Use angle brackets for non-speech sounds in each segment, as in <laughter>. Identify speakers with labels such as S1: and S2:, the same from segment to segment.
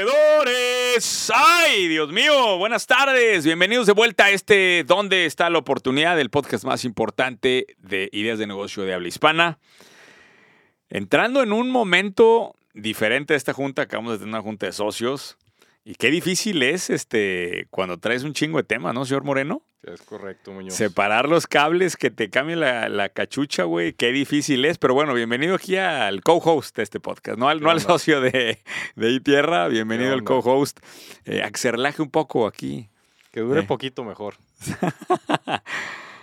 S1: Emprendedores. Ay, Dios mío, buenas tardes. Bienvenidos de vuelta a este ¿Dónde está la oportunidad? del podcast más importante de ideas de negocio de habla hispana. Entrando en un momento diferente a esta junta, acabamos de tener una junta de socios. Y qué difícil es este cuando traes un chingo de temas, ¿no, señor Moreno?
S2: Es correcto, Muñoz.
S1: Separar los cables, que te cambie la, la cachucha, güey, qué difícil es. Pero bueno, bienvenido aquí al co-host de este podcast, no al, no al
S2: onda?
S1: socio de, de iTierra, bienvenido al
S2: onda?
S1: co-host. Eh, axerlaje un poco aquí.
S2: Que dure
S1: Eh.
S2: poquito mejor.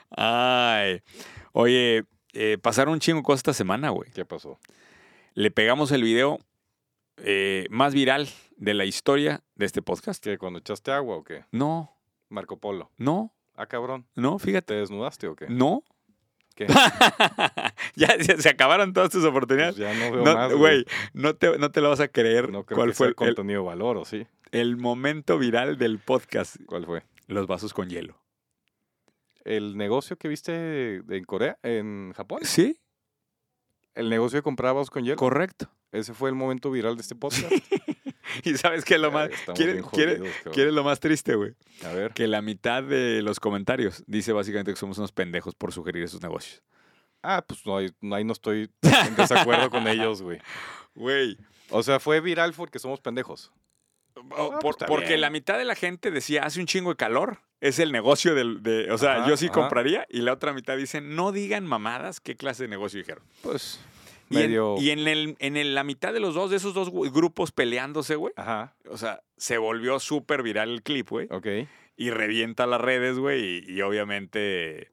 S1: Ay, oye, eh, pasaron un chingo cosas esta semana, güey.
S2: ¿Qué pasó?
S1: Le pegamos el video eh, más viral de la historia de este podcast.
S2: ¿Que cuando echaste agua o qué?
S1: No,
S2: Marco Polo.
S1: no,
S2: Ah, cabrón.
S1: no, fíjate,
S2: ¿Te desnudaste o qué?
S1: no.
S2: ¿Qué?
S1: <laughs> ya, ya se acabaron todas tus oportunidades.
S2: Pues ya no veo más,
S1: No,
S2: güey.
S1: güey, no te, no te lo vas a creer
S2: No creo
S1: cuál
S2: que
S1: fue
S2: sea
S1: el, el-
S2: contenido de valor, ¿o sí?
S1: el momento viral del podcast.
S2: ¿Cuál fue?
S1: Los vasos con hielo.
S2: ¿El negocio que viste de- en Corea? ¿En Japón?
S1: Sí,
S2: ¿El negocio que comprabas con hielo?
S1: correcto.
S2: Ese fue el momento viral de este podcast.
S1: Y sabes qué es lo
S2: Ay,
S1: más...
S2: estamos
S1: ¿Quieres
S2: bien
S1: quieres-
S2: jodidos, cabrón.
S1: quieres lo más triste, güey?
S2: A ver.
S1: Que la mitad de los comentarios dice básicamente que somos unos pendejos por sugerir esos negocios.
S2: Ah, pues no, ahí no, ahí no estoy en desacuerdo con ellos, güey.
S1: Güey,
S2: O sea, fue viral porque somos pendejos.
S1: o-
S2: Ah,
S1: por-
S2: pues está
S1: porque
S2: bien.
S1: la mitad de la gente decía, hace un chingo de calor. Es el negocio del... De, o sea,
S2: Ajá,
S1: yo sí
S2: ajá.
S1: compraría. Y la otra mitad dice, no digan mamadas qué clase de negocio dijeron.
S2: Pues
S1: Y en-
S2: medio...
S1: Y en, el- en el- la mitad de los dos, de esos dos gu- grupos peleándose, güey.
S2: Ajá,
S1: O sea, se volvió súper viral el clip, güey.
S2: ok.
S1: Y revienta las redes, güey. Y, y obviamente,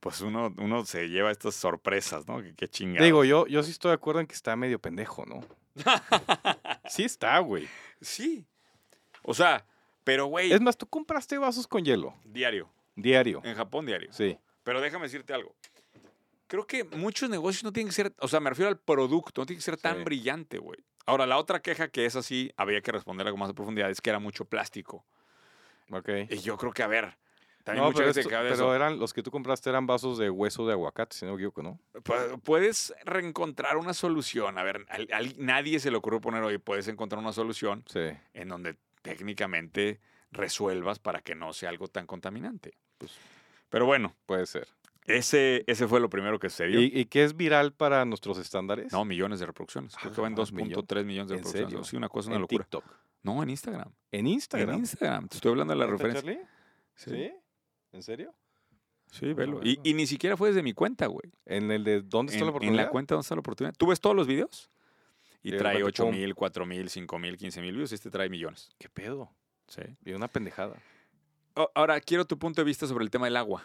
S1: pues uno, uno se lleva estas sorpresas, ¿no? Que- Qué chingada.
S2: Digo, yo, yo sí estoy de acuerdo en que está medio pendejo,
S1: <laughs>
S2: ¿no? sí está, güey.
S1: sí. O sea, pero, güey,
S2: Es más, tú compraste vasos con hielo,
S1: diario.
S2: diario.
S1: En Japón, diario.
S2: Sí.
S1: Pero déjame decirte algo. Creo que muchos negocios no tienen que ser, o sea, me refiero al producto, no tiene que ser tan
S2: Sí.
S1: brillante, güey. Ahora, la otra queja que es así, había que responderla con más profundidad, es que era mucho plástico.
S2: Ok.
S1: Y yo creo que, a ver, también
S2: No,
S1: mucha
S2: pero,
S1: gente
S2: esto-
S1: que habla de
S2: pero
S1: eso.
S2: eran los que tú compraste eran vasos de hueso de aguacate, si no me equivoco, ¿no?
S1: Pu- Puedes reencontrar una solución. A ver, al- al- nadie se le ocurrió poner hoy, puedes encontrar una solución
S2: Sí.
S1: en donde técnicamente resuelvas para que no sea algo tan contaminante.
S2: Pues-
S1: Pero bueno,
S2: Puede ser.
S1: ese, ese fue lo primero que sucedió.
S2: ¿Y, y qué es viral para nuestros estándares?
S1: No, millones de reproducciones. Creo que
S2: Ah,
S1: van
S2: ¿millones?
S1: 2.3 millones de
S2: ¿En
S1: reproducciones.
S2: serio?
S1: Sí, una cosa,
S2: en
S1: una locura.
S2: TikTok.
S1: No, en Instagram.
S2: En Instagram.
S1: En Instagram. Te estoy hablando de la
S2: ¿Neta,
S1: referencia.
S2: Charlie? ¿Sí? ¿En serio?
S1: Sí, velo.
S2: la
S1: Y,
S2: verga.
S1: y ni siquiera fue desde mi cuenta, güey.
S2: ¿En el de dónde está
S1: en, en
S2: la oportunidad?
S1: la cuenta donde está la oportunidad. Eh, ¿Tú ves todos los videos? Y
S2: Y de
S1: trae
S2: repente,
S1: 8
S2: pum.
S1: mil, 4 mil, 5 mil, 15 mil views. Este trae millones.
S2: ¿Qué pedo?
S1: Sí.
S2: Y una pendejada.
S1: Ahora, quiero tu punto de vista sobre el tema del agua.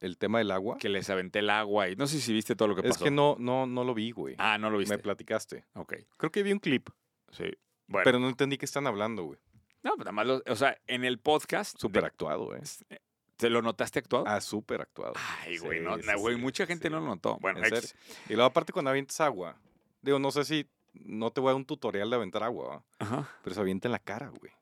S2: El tema del agua.
S1: Que les aventé el agua y no sé si viste todo lo que
S2: es
S1: pasó.
S2: que no, no, no lo vi, güey.
S1: Ah, no lo viste.
S2: me platicaste.
S1: Ok.
S2: Creo que vi un clip,
S1: Sí. Bueno.
S2: pero no entendí qué están hablando, güey.
S1: no, pues nada más. lo- o sea, en el podcast. de-
S2: Súper actuado, ¿eh?
S1: ¿Te lo notaste actuado?
S2: Ah, súper actuado.
S1: Ay, güey,
S2: Sí,
S1: no,
S2: sí,
S1: na- güey,
S2: sí,
S1: mucha gente
S2: sí.
S1: no lo notó. Bueno,
S2: En
S1: ex-
S2: serio. Y luego, aparte, cuando avientas agua, digo, no sé si no te voy a dar un tutorial de aventar agua, ¿va?
S1: ajá,
S2: pero se avienta en la cara, güey.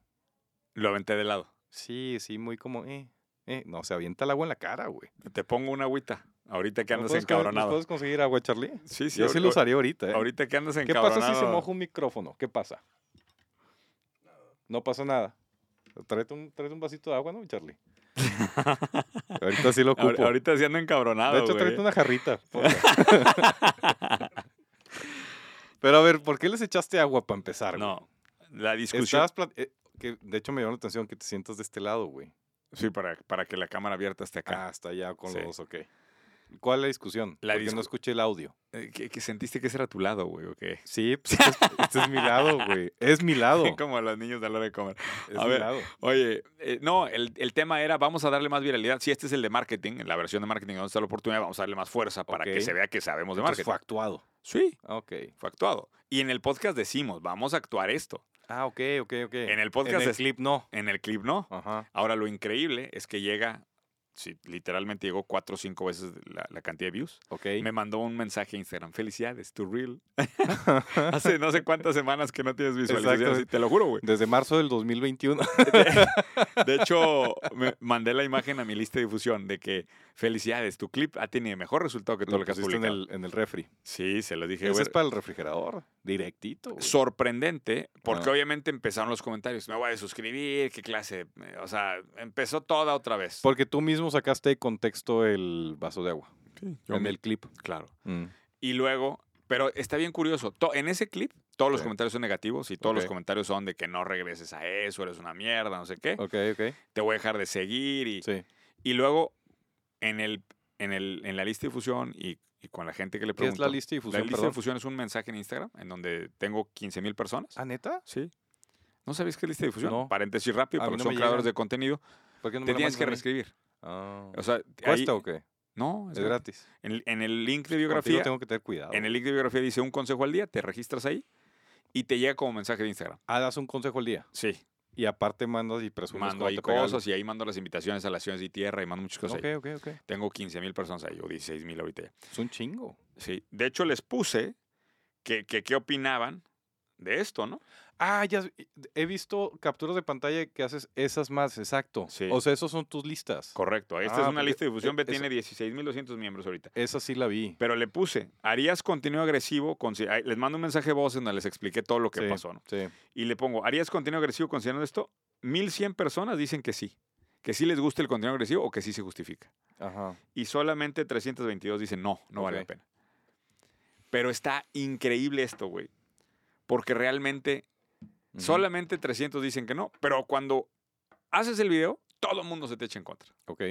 S1: lo aventé de lado.
S2: Sí, sí, muy como, eh, eh. No, se avienta el agua en la cara, güey.
S1: Te pongo una agüita. Ahorita que
S2: ¿No
S1: andas
S2: puedes co- no
S1: encabronado.
S2: ¿Puedes conseguir agua, Charlie?
S1: Sí, sí.
S2: Yo sí lo
S1: ahor-
S2: usaría ahorita, ¿eh?
S1: Ahorita que andas
S2: ¿Qué
S1: encabronado.
S2: pasa si se moja un micrófono? ¿Qué pasa? No pasa nada. Tráete un, tráete un vasito de agua, ¿no,
S1: <laughs>
S2: Charlie? ahorita sí lo
S1: Ahor-
S2: ocupo.
S1: Ahorita sí ando encabronado,
S2: De hecho,
S1: güey.
S2: tráete una <laughs> jarrita. porfa. Pero a ver, ¿por qué les echaste agua para empezar? güey?
S1: No, la discusión...
S2: Estabas plat- eh, que de hecho me llamó la atención que te sientas de este lado, güey.
S1: Sí, para, para que la cámara abierta esté acá.
S2: Ah, está allá con
S1: Sí.
S2: los dos, ok. ¿Cuál es la discusión?
S1: La
S2: Porque
S1: discu-
S2: no escuché el audio.
S1: Eh, que, que sentiste que ese era tu lado, güey, ¿o qué?
S2: Sí, pues, este, es, este es mi lado, güey. Es mi <laughs> lado.
S1: <laughs> Como a los niños a la hora de comer.
S2: Es
S1: A
S2: mi
S1: ver,
S2: lado.
S1: Oye, eh, no, el, el tema era, vamos a darle más viralidad. Si este es el de marketing, la versión de marketing donde está la oportunidad, vamos a darle más fuerza para que
S2: Ok.
S1: se vea que sabemos de marketing.
S2: Entonces fue actuado.
S1: Sí,
S2: Ah, Ok.
S1: fue actuado. Y en el podcast decimos, vamos a actuar esto.
S2: Ah, ok, ok, ok.
S1: En el podcast
S2: En el
S1: es-
S2: clip no.
S1: En el clip no.
S2: Ajá.
S1: Ahora lo increíble es que llega sí, literalmente llegó cuatro o cinco veces la, la cantidad de views.
S2: Ok.
S1: Me mandó un mensaje a Instagram. Felicidades, tu
S2: <laughs>
S1: reel. Hace no sé cuántas semanas que no tienes visualizaciones.
S2: Exacto.
S1: y Te lo juro, güey.
S2: Desde marzo del 2021.
S1: De hecho, me mandé la imagen a mi lista de difusión de que felicidades, tu clip ha tenido mejor resultado que todo lo,
S2: <laughs> Lo
S1: que has
S2: pusiste en
S1: publicado.
S2: el, en el refri.
S1: Sí, se lo dije.
S2: Ese
S1: güey.
S2: es para el refrigerador. Directito. güey.
S1: sorprendente, porque
S2: Ah.
S1: obviamente empezaron los comentarios. Me voy a suscribir, qué clase. de- O sea, empezó toda otra vez.
S2: Porque tú mismo sacaste de contexto el vaso de agua.
S1: Yo
S2: en
S1: mi-
S2: el clip.
S1: Claro.
S2: Mm.
S1: Y luego, pero está bien curioso. to- en ese clip, todos los
S2: Sí.
S1: comentarios son negativos y todos los
S2: Ok.
S1: comentarios son de que no regreses a eso, eres una mierda, no sé qué.
S2: Ok, ok.
S1: Te voy a dejar de seguir. Y,
S2: Sí.
S1: y luego, en, el, en, el, en la lista de difusión y, y con la gente que le
S2: ¿Qué
S1: pregunto.
S2: es la lista
S1: La
S2: de difusión?
S1: lista de
S2: perdón?
S1: difusión es un mensaje en Instagram en donde tengo 15 mil personas.
S2: ¿Ah, neta?
S1: Sí. ¿No sabías qué es lista de difusión?
S2: No.
S1: Paréntesis rápido,
S2: A mí
S1: porque
S2: no
S1: son
S2: me
S1: creadores
S2: llega.
S1: de contenido.
S2: ¿Por qué no me
S1: te
S2: la
S1: tienes que
S2: mandas a mí?
S1: reescribir.
S2: Ah.
S1: O sea, ahí-
S2: ¿Cuesta o qué?
S1: No, es
S2: Es
S1: gratis.
S2: gratis.
S1: En,
S2: Pues,
S1: en el link de
S2: Contigo
S1: biografía,
S2: tengo que tener cuidado.
S1: en el link de biografía dice un consejo al día, te registras ahí y te llega como mensaje de Instagram.
S2: Ah, das un consejo al día.
S1: Sí,
S2: Y aparte mandas y presumes
S1: mando
S2: cuando
S1: ahí
S2: te pega algo.
S1: cosas y ahí mando las invitaciones a las ciudades y tierra y mando muchas cosas.
S2: Ok,
S1: ahí.
S2: ok, ok.
S1: Tengo 15 mil personas ahí o 16 mil ahorita ya.
S2: Es un chingo.
S1: Sí, de hecho les puse que que qué opinaban de esto, ¿no?
S2: Ah, ya s- he visto capturas de pantalla que haces esas más, exacto.
S1: Sí.
S2: O sea, esas son tus listas.
S1: Correcto. Esta
S2: Ah,
S1: es una
S2: porque
S1: lista de difusión
S2: e-
S1: que
S2: eso-
S1: tiene 16.200 miembros ahorita.
S2: Esa sí la vi.
S1: Pero le puse, harías contenido agresivo, consi- ay, les mando un mensaje de voz en donde les expliqué todo lo que
S2: Sí,
S1: pasó, ¿no?
S2: Sí.
S1: Y le pongo, ¿harías contenido agresivo considerando esto? 1.100 personas dicen que sí, que sí les gusta el contenido agresivo o que sí se justifica.
S2: Ajá.
S1: Y solamente 322 dicen no, no vale la
S2: Ok.
S1: pena. Pero está increíble esto, güey. Porque realmente
S2: Ujú.
S1: solamente 300 dicen que no, pero cuando haces el video, todo el mundo se te echa en contra.
S2: Ok.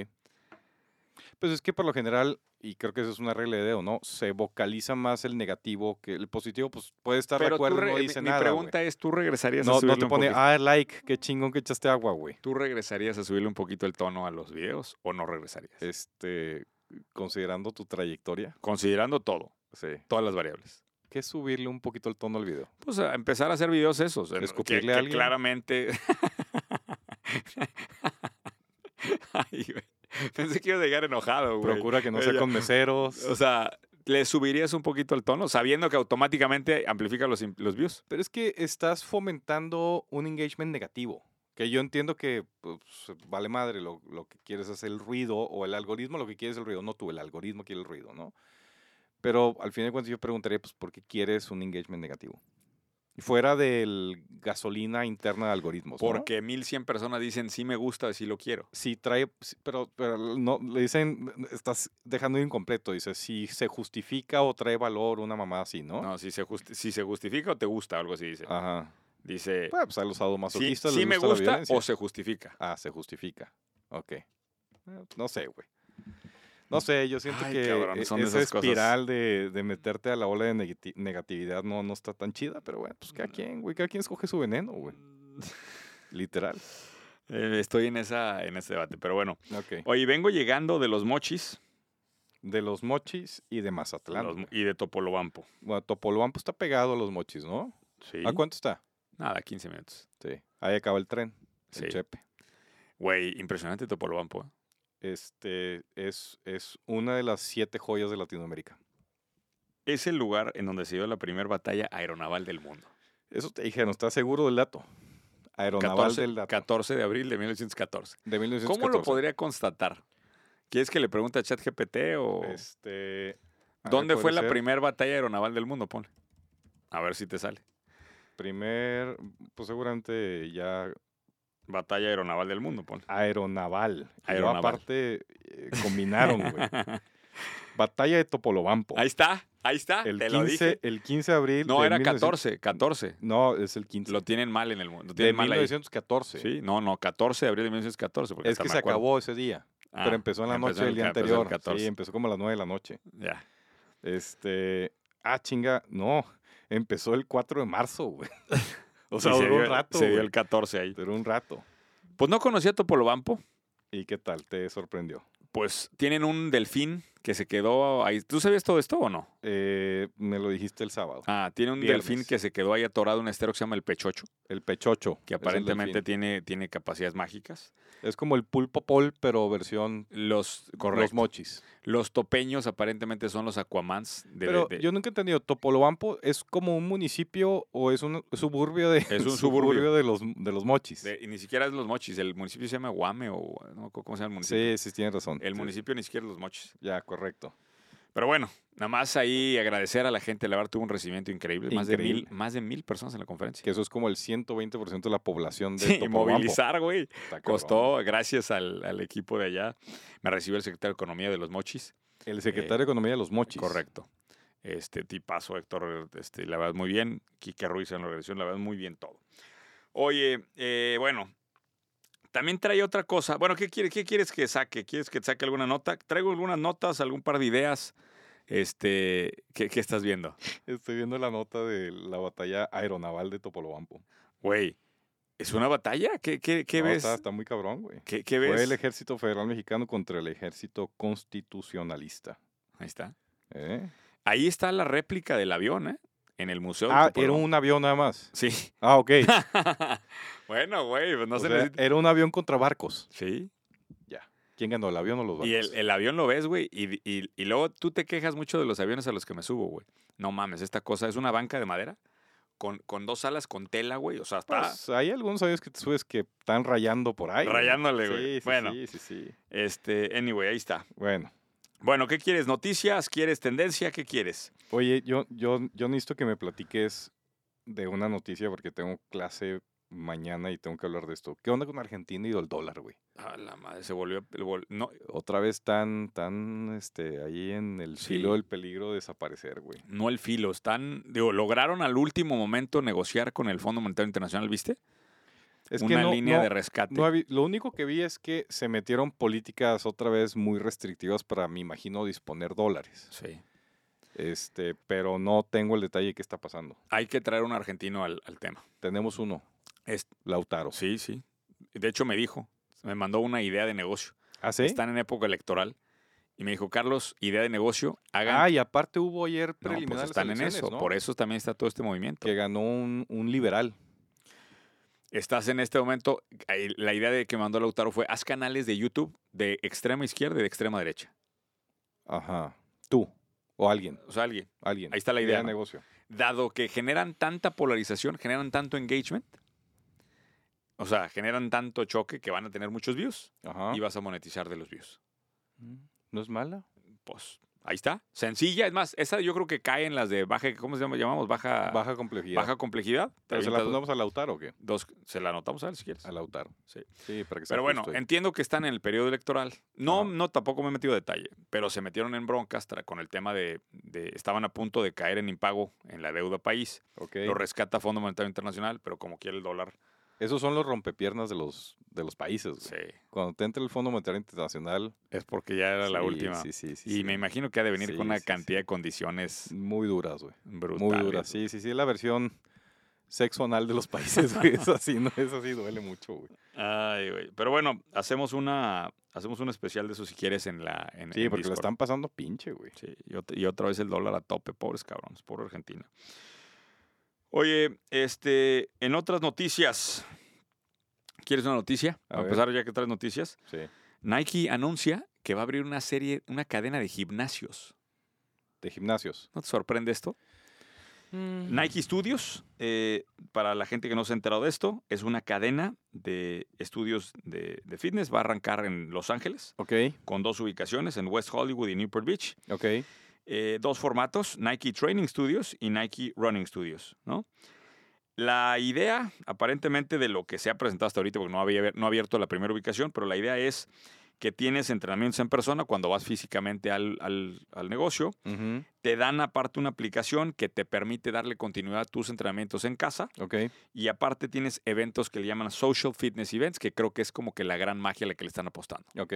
S2: Pues es que por lo general, y creo que esa es una regla de dedo, ¿no? Se vocaliza más el negativo que el positivo, pues puede estar
S1: Pero tú
S2: de acuerdo,
S1: re-
S2: no
S1: mi-
S2: dice
S1: mi,
S2: nada. güey.
S1: pregunta es, ¿tú regresarías a
S2: no, no
S1: subirle
S2: te
S1: un
S2: pone,
S1: poquito?
S2: ah, like, qué chingón que echaste agua, güey.
S1: ¿Tú regresarías a subirle un poquito el tono a los videos o no regresarías?
S2: Este, considerando tu trayectoria,
S1: Considerando todo,
S2: sí.
S1: todas las variables.
S2: ¿Qué es subirle un poquito el tono al video?
S1: Pues a empezar a hacer videos esos. en- que-
S2: Escupirle
S1: que
S2: a alguien.
S1: claramente... <laughs> Ay, güey. Pensé que iba a llegar enojado, güey.
S2: Procura que no
S1: Eh,
S2: sea
S1: ya.
S2: con meseros.
S1: O sea, ¿le subirías un poquito el tono sabiendo que automáticamente amplifica los, im- los views?
S2: Pero es que estás fomentando un engagement negativo. Que yo entiendo que pues, vale madre, lo, lo que quieres es el ruido o el algoritmo, lo que quieres es el ruido. No tú, el algoritmo quiere el ruido, ¿no? Pero al fin de cuentas yo preguntaría, pues, ¿por qué quieres un engagement negativo? Fuera del gasolina interna de algoritmos. Pues, ¿no?
S1: Porque 1100 personas dicen, sí me gusta, sí lo quiero.
S2: si trae, si- pero, pero no, le dicen, estás dejando incompleto, dice, si se justifica o trae valor una mamá así, ¿no?
S1: No, si, se justi- si se justifica o te gusta, algo así dice.
S2: Ajá.
S1: Dice,
S2: Pues, pues a los
S1: sí,
S2: sadomasoquistas
S1: eh, sí
S2: les
S1: me
S2: la
S1: gusta
S2: violencia.
S1: o se justifica.
S2: Ah, se justifica. Ok. Eh, No sé, güey. No sé, yo siento
S1: Mm. Ay,
S2: que
S1: cabrón,
S2: e-
S1: son de
S2: esa
S1: esas cosas.
S2: espiral de, de meterte a la ola de negati- negatividad no, no está tan chida, pero bueno, pues
S1: Mm.
S2: cada quien, güey, cada quien escoge su veneno,
S1: <laughs>
S2: güey. Literal.
S1: Eh, estoy en, esa, en ese debate, pero bueno.
S2: Ok.
S1: Oye, vengo llegando de los mochis
S2: De los mochis y de Mazatlán.
S1: los-
S2: güey.
S1: y de Topolobampo.
S2: Bueno, Topolobampo pues, está pegado a los mochis, ¿no?
S1: Sí.
S2: ¿A cuánto está?
S1: Nada, 15 minutos.
S2: Sí. Ahí acaba el tren, el
S1: Sí.
S2: Chepe.
S1: Güey, impresionante Topolobampo. ¿eh?
S2: Este es, es una de las siete joyas de Latinoamérica.
S1: Es el lugar en donde se dio la primera batalla aeronaval del mundo.
S2: Eso te dije, no estás seguro del dato. Aeronaval
S1: 14,
S2: del dato.
S1: 14 de abril de 1914.
S2: De 1914.
S1: ¿Cómo lo podría constatar? ¿Quieres que le pregunte a ChatGPT o
S2: Este, a ver,
S1: dónde fue
S2: podría
S1: la
S2: ser
S1: primera batalla aeronaval del mundo? Pone. A ver si te sale.
S2: Primer, pues seguramente ya
S1: Batalla aeronaval del mundo, pone.
S2: aeronaval. Y luego
S1: Aeronaval.
S2: aparte, eh, combinaron,
S1: <laughs>
S2: güey. Batalla de Topolobampo.
S1: Ahí está, ahí está.
S2: el,
S1: te
S2: 15,
S1: lo dije.
S2: el 15 de abril.
S1: No,
S2: de
S1: era
S2: 1900
S1: 14, 14.
S2: No, es el 15.
S1: Lo tienen mal en el mundo. Lo
S2: de
S1: tienen mal ahí.
S2: 1914.
S1: Sí, no, no, 14 de abril de 1914. porque
S2: Es
S1: hasta
S2: que
S1: me
S2: se
S1: acuerdo.
S2: acabó ese día.
S1: Ah,
S2: pero empezó en la noche del
S1: el-
S2: día
S1: empezó el
S2: anterior.
S1: 14.
S2: Sí, empezó como a las 9 de la noche.
S1: Ya.
S2: Este. Ah, chinga. No. Empezó el 4 de marzo, güey. <laughs> O sea,
S1: Sí, se
S2: duró un
S1: dio-
S2: rato.
S1: Se dio
S2: güey.
S1: el 14 ahí.
S2: Duró un rato.
S1: Pues no conocía a Topolobampo.
S2: ¿Y qué tal? ¿Te sorprendió?
S1: Pues tienen un delfín que se quedó ahí. ¿Tú sabías todo esto o no?
S2: Eh, me lo dijiste el sábado.
S1: Ah, tiene un
S2: Viernes.
S1: delfín que se quedó ahí atorado en un estero que se llama el Pechocho,
S2: El pechocho.
S1: que
S2: es el
S1: aparentemente
S2: delfín.
S1: tiene, tiene capacidades mágicas.
S2: Es como el pulpo pol, pero versión
S1: Los,
S2: los
S1: correcto, los,
S2: mochis.
S1: topeños aparentemente son los aquamans de,
S2: pero
S1: de-
S2: yo nunca he entendido, ¿Topolobampo es como un municipio o es un <laughs> suburbio de,
S1: Es un suburbio.
S2: de, los, de los mochis?
S1: de- y ni siquiera es los mochis. El municipio se llama Guame o no me acuerdo cómo se llama el municipio.
S2: sí, sí, tienes razón.
S1: El
S2: Sí,
S1: municipio ni siquiera es los mochis.
S2: Ya, correcto.
S1: Pero bueno, nada más ahí agradecer a la gente. La verdad tuvo un recibimiento increíble. Más, de mil,
S2: Increíble.
S1: más de mil personas en la conferencia.
S2: Que eso es como el 120% de la población de
S1: Sí, y
S2: Topolobampo.
S1: movilizar, güey.
S2: Está cabrón.
S1: Costó, gracias al, al equipo de allá. Me recibió el secretario de Economía de los Mochis.
S2: El secretario de Economía de los mochis.
S1: eh, Correcto. Este tipazo, Héctor, este, la verdad muy bien. Quique Ruiz en la organización, la verdad muy bien todo. Oye, eh, bueno, también trae otra cosa. Bueno, ¿qué, quiere- ¿qué quieres que saque? ¿Quieres que saque alguna nota? Traigo algunas notas, algún par de ideas. Este, ¿qué, qué estás viendo?
S2: Estoy viendo la nota de la batalla aeronaval de Topolobampo.
S1: Güey, ¿es una batalla? ¿Qué, qué- qué
S2: No,
S1: ves?
S2: Está, está muy cabrón, güey.
S1: ¿Qué, qué
S2: Fue
S1: ves?
S2: el ejército federal mexicano contra el ejército constitucionalista.
S1: Ahí está.
S2: ¿eh?
S1: Ahí está la réplica del avión, ¿eh? En el museo. de
S2: Ah, era
S1: Topolobampo.
S2: un avión nada más.
S1: Sí. <laughs>
S2: Ah, ok.
S1: bueno, güey, pues no
S2: O
S1: se
S2: sea,
S1: necesita...
S2: Era un avión contra barcos.
S1: Sí.
S2: ¿Quién ganó, el avión o los barcos?
S1: Y el, el avión lo ves, güey, y, y- y luego tú te quejas mucho de los aviones a los que me subo, güey. No mames, esta cosa es una banca de madera con, con dos alas con tela, güey. O sea, está
S2: Pues, hay algunos aviones que te subes que están rayando por ahí. güey.
S1: rayándole, güey.
S2: Sí, sí,
S1: bueno,
S2: sí, sí, sí.
S1: este, anyway, ahí está.
S2: Bueno,
S1: Bueno, ¿qué quieres? ¿Noticias? ¿Quieres tendencia? ¿Qué quieres?
S2: oye, yo, yo, yo necesito que me platiques de una noticia porque tengo clase mañana y tengo que hablar de esto. ¿Qué onda con Argentina y el dólar, güey?
S1: A la madre, se volvió. el vol- No,
S2: Otra vez tan, tan, este, ahí en el
S1: Sí.
S2: filo del peligro de desaparecer, güey.
S1: no el filo, están. Digo, lograron al último momento negociar con el Fondo Monetario Internacional, ¿viste?
S2: Es
S1: una
S2: que no,
S1: línea
S2: no-
S1: de rescate.
S2: no habí- lo único que vi es que se metieron políticas otra vez muy restrictivas para, me imagino, disponer dólares.
S1: Sí.
S2: Este, pero no tengo el detalle de qué está pasando.
S1: Hay que traer un argentino al, al tema.
S2: Tenemos uno.
S1: Es-
S2: Lautaro.
S1: Sí, sí. De hecho, me dijo, me mandó una idea de negocio.
S2: ¿Ah, sí?
S1: Están en época electoral. Y me dijo, Carlos, idea de negocio, hagan.
S2: Ah, y aparte hubo ayer
S1: No, pues
S2: preliminares
S1: están en eso. Por eso también está todo este movimiento.
S2: Que ganó un, un liberal.
S1: Estás en este momento. ahí, La idea de que mandó Lautaro fue: haz canales de YouTube de extrema izquierda y de extrema derecha.
S2: Ajá. Tú. O alguien.
S1: O sea, alguien.
S2: Alguien.
S1: Ahí está la idea,
S2: de
S1: ¿no?
S2: negocio.
S1: Dado que generan tanta polarización, generan tanto engagement. O sea, generan tanto choque que van a tener muchos views
S2: Ajá.
S1: y vas a monetizar de los views.
S2: Mm, ¿No es mala?
S1: pues ahí está. Sencilla, es más, esa yo creo que cae en las de baja, ¿cómo se llama? llamamos? Baja, Ah, baja,
S2: Baja complejidad.
S1: complejidad. Te
S2: ¿Pero se la
S1: avientas
S2: ponemos a Lautaro o qué?
S1: dos, se la anotamos a él si quieres.
S2: A Lautaro.
S1: Sí.
S2: Sí, para que sea
S1: Pero bueno,
S2: justo ahí.
S1: entiendo que están en el periodo electoral. No,
S2: Ajá.
S1: no, tampoco me he metido a detalle, pero se metieron en broncas tra- con el tema de, de- estaban a punto de caer en impago en la deuda país.
S2: Ok.
S1: Lo rescata Fondo Monetario Internacional, pero como quiere el dólar,
S2: Esos son los rompepiernas de los, de los países. güey.
S1: se-
S2: Cuando te entra el Fondo Monetario Internacional.
S1: es porque ya era la
S2: sí,
S1: última.
S2: Sí, sí, sí.
S1: y
S2: sí.
S1: me imagino que ha de venir
S2: Sí,
S1: con una
S2: sí, sí.
S1: cantidad de condiciones
S2: Muy duras, güey.
S1: brutales.
S2: Muy duras. Sí, sí, sí. Es la versión sexo anal de
S1: <laughs>
S2: los países, güey. Es así, ¿no? Es así, duele mucho, güey.
S1: Ay, güey. Pero bueno, hacemos una, hacemos un especial de eso si quieres en la. En,
S2: Sí,
S1: en
S2: porque lo
S1: Discord.
S2: están pasando pinche, güey.
S1: Sí, y, ot- y otra vez el dólar a tope, pobres cabrones, pobre Argentina. Oye, este, en otras noticias, ¿quieres una noticia?
S2: A
S1: A
S2: ver.
S1: empezar ya que traes noticias.
S2: Sí.
S1: Nike anuncia que va a abrir una serie, una cadena de gimnasios.
S2: De gimnasios.
S1: ¿No te sorprende esto? Nike Studios, eh, para la gente que no se ha enterado de esto, es una cadena de estudios de, de fitness. Va a arrancar en Los Ángeles.
S2: Ok,
S1: con dos ubicaciones en West Hollywood y Newport Beach.
S2: ok.
S1: Eh, dos formatos, Nike Training Studios y Nike Running Studios, ¿no? La idea, aparentemente, de lo que se ha presentado hasta ahorita, porque no, había, no ha abierto la primera ubicación, pero la idea es que tienes entrenamientos en persona cuando vas físicamente al, al- al negocio.
S2: Ujú,
S1: Te dan aparte una aplicación que te permite darle continuidad a tus entrenamientos en casa.
S2: Ok.
S1: Y aparte tienes eventos que le llaman Social Fitness Events, que creo que es como que la gran magia a la que le están apostando
S2: Ok.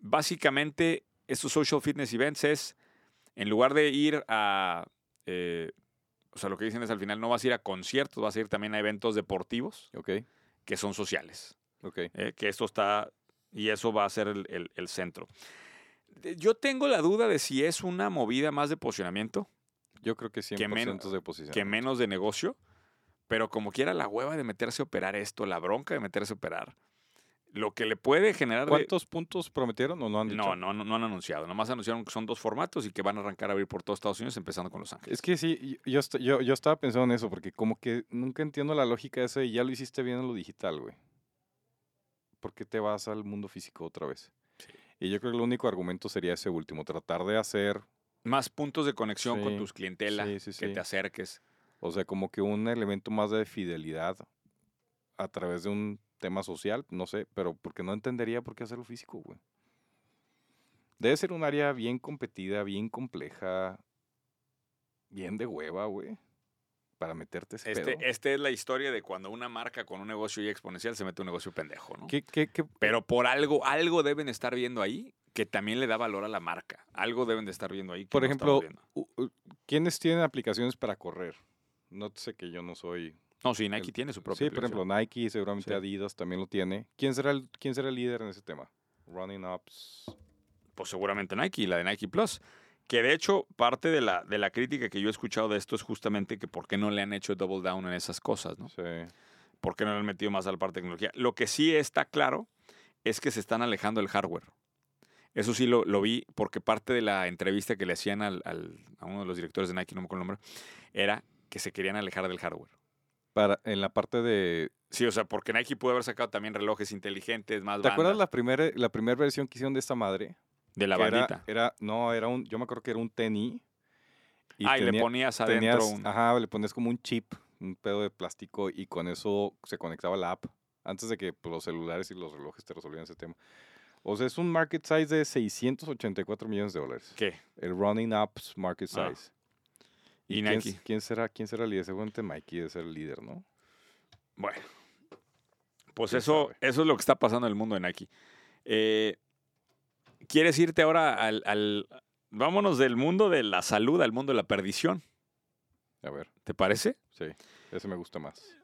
S1: básicamente estos social fitness events es, en lugar de ir a, eh, o sea, lo que dicen es al final no vas a ir a conciertos, vas a ir también a eventos deportivos
S2: Ok.
S1: que son sociales,
S2: Ok.
S1: ¿eh? que esto está, y eso va a ser el, el- el centro. yo tengo la duda de si es una movida más de posicionamiento
S2: Yo creo que 100%
S1: menos-
S2: de posición.
S1: que menos de negocio, pero como quiera la hueva de meterse a operar esto, la bronca de meterse a operar, lo que le puede generar... de-
S2: ¿Cuántos puntos prometieron o no han dicho?
S1: No, no, no, no han anunciado. Nomás anunciaron que son dos formatos y que van a arrancar a abrir por todos Estados Unidos, empezando con Los Ángeles.
S2: Es que sí, y- yo, est- yo, yo estaba pensando en eso, porque como que nunca entiendo la lógica de eso de ya lo hiciste bien en lo digital, güey. ¿Por qué te vas al mundo físico otra vez?
S1: Sí.
S2: Y yo creo que el único argumento sería ese último, tratar de hacer,
S1: Más puntos de conexión con
S2: Sí,
S1: tus clientelas,
S2: sí, sí,
S1: que
S2: sí.
S1: te acerques.
S2: o sea, como que un elemento más de fidelidad a través de un tema social, no sé, pero porque no entendería por qué hacerlo físico, güey. Debe ser un área bien competida, bien compleja, bien de hueva, güey, para meterte ese pedo.
S1: Este, esta es la historia de cuando una marca con un negocio ya exponencial se mete a un negocio pendejo, ¿no?
S2: ¿Qué- qué- qué-
S1: Pero por algo, algo deben estar viendo ahí que también le da valor a la marca. Algo deben de estar viendo ahí. que
S2: Por
S1: no
S2: ejemplo,
S1: estamos viendo.
S2: u- u- ¿quiénes tienen aplicaciones para correr? No sé que yo no soy.
S1: No, sí, Nike
S2: el-
S1: tiene su propia.
S2: sí, por ejemplo,
S1: aplicación.
S2: Nike, seguramente
S1: Sí.
S2: Adidas también lo tiene. ¿Quién será, el, ¿Quién será el líder en ese tema? Running Ups.
S1: Pues seguramente Nike, la de Nike Plus. Que de hecho, parte de la, de la crítica que yo he escuchado de esto es justamente que por qué no le han hecho double down en esas cosas, ¿no?
S2: Sí.
S1: ¿Por qué no le han metido más a la parte de tecnología? Lo que sí está claro es que se están alejando del hardware. Eso sí lo, lo vi porque parte de la entrevista que le hacían al- al- a uno de los directores de Nike, no me acuerdo el nombre, era que se querían alejar del hardware.
S2: Para, en la parte de.
S1: Sí, o sea, porque Nike pudo haber sacado también relojes inteligentes, más
S2: ¿Te acuerdas
S1: bandas,
S2: la primera la primera versión que hicieron de esta madre?
S1: de la
S2: Que era-
S1: bandita?
S2: Era, no, era un. Yo me acuerdo que era un tenis. Y
S1: ah, y le
S2: tenía-
S1: ponías adentro
S2: tenías,
S1: un...
S2: ajá, le pones como un chip, un pedo de plástico y con eso se conectaba la app. Antes de que pues, los celulares y los relojes te resolvieran ese tema. O sea, es un market size de 684 millones de dólares.
S1: ¿Qué?
S2: El Running Apps market
S1: Ah.
S2: size.
S1: Y
S2: quién,
S1: Nike.
S2: s- quién será, quién será el líder? Seguramente Mikey debe ser el líder, ¿no?
S1: Bueno, pues
S2: quién
S1: eso,
S2: sabe.
S1: eso es lo que está pasando en el mundo de Nike. Eh, ¿Quieres irte ahora al, al- Vámonos del mundo de la salud al mundo de la perdición,
S2: A ver,
S1: ¿te parece?
S2: sí. Ese me
S1: <laughs>
S2: gusta más.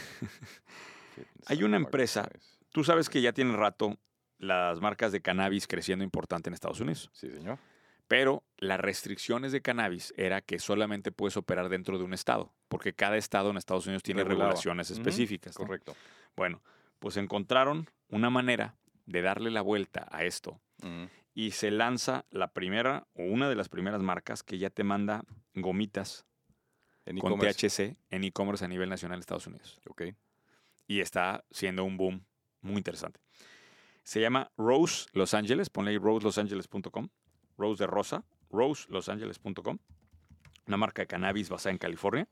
S2: Fitness
S1: Hay
S2: app
S1: una
S2: market
S1: empresa-
S2: size.
S1: Tú sabes que ya tiene rato las marcas de cannabis creciendo importante en Estados Unidos,
S2: Sí, señor.
S1: pero las restricciones de cannabis era que solamente puedes operar dentro de un estado, porque cada estado en Estados Unidos tiene
S2: Regulaba.
S1: regulaciones
S2: Ujú,
S1: específicas. ¿no?
S2: Correcto.
S1: Bueno, pues encontraron una manera de darle la vuelta a esto
S2: Ujú.
S1: y se lanza la primera o una de las primeras marcas que ya te manda gomitas
S2: En
S1: con
S2: e-commerce.
S1: THC en e-commerce a nivel nacional en Estados Unidos.
S2: Ok.
S1: Y está siendo un boom muy interesante. Se llama Rose Los Ángeles, ponle ahí roselosangeles.com, Rose de Rosa, roselosangeles.com, una marca de cannabis basada en California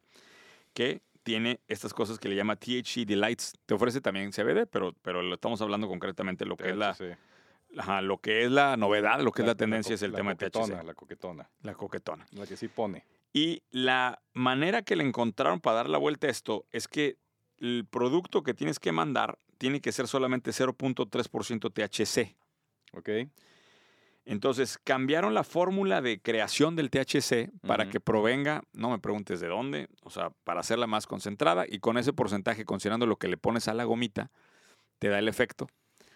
S1: que tiene estas cosas que le llama THC Delights. Te ofrece también CBD, pero, pero lo estamos hablando concretamente lo que es la,
S2: THC.
S1: ajá, lo que es la novedad, lo que es la
S2: co-
S1: tendencia
S2: co-
S1: es el
S2: la
S1: tema de
S2: coquetona,
S1: THC,
S2: La coquetona,
S1: la coquetona.
S2: la que sí pone.
S1: Y la manera que le encontraron para dar la vuelta a esto es que el producto que tienes que mandar tiene que ser solamente 0.3% THC.
S2: ¿Ok?
S1: Entonces cambiaron la fórmula de creación del THC para
S2: Ujú.
S1: que provenga, no me preguntes de dónde, o sea, para hacerla más concentrada y con ese porcentaje, considerando lo que le pones a la gomita, te da el efecto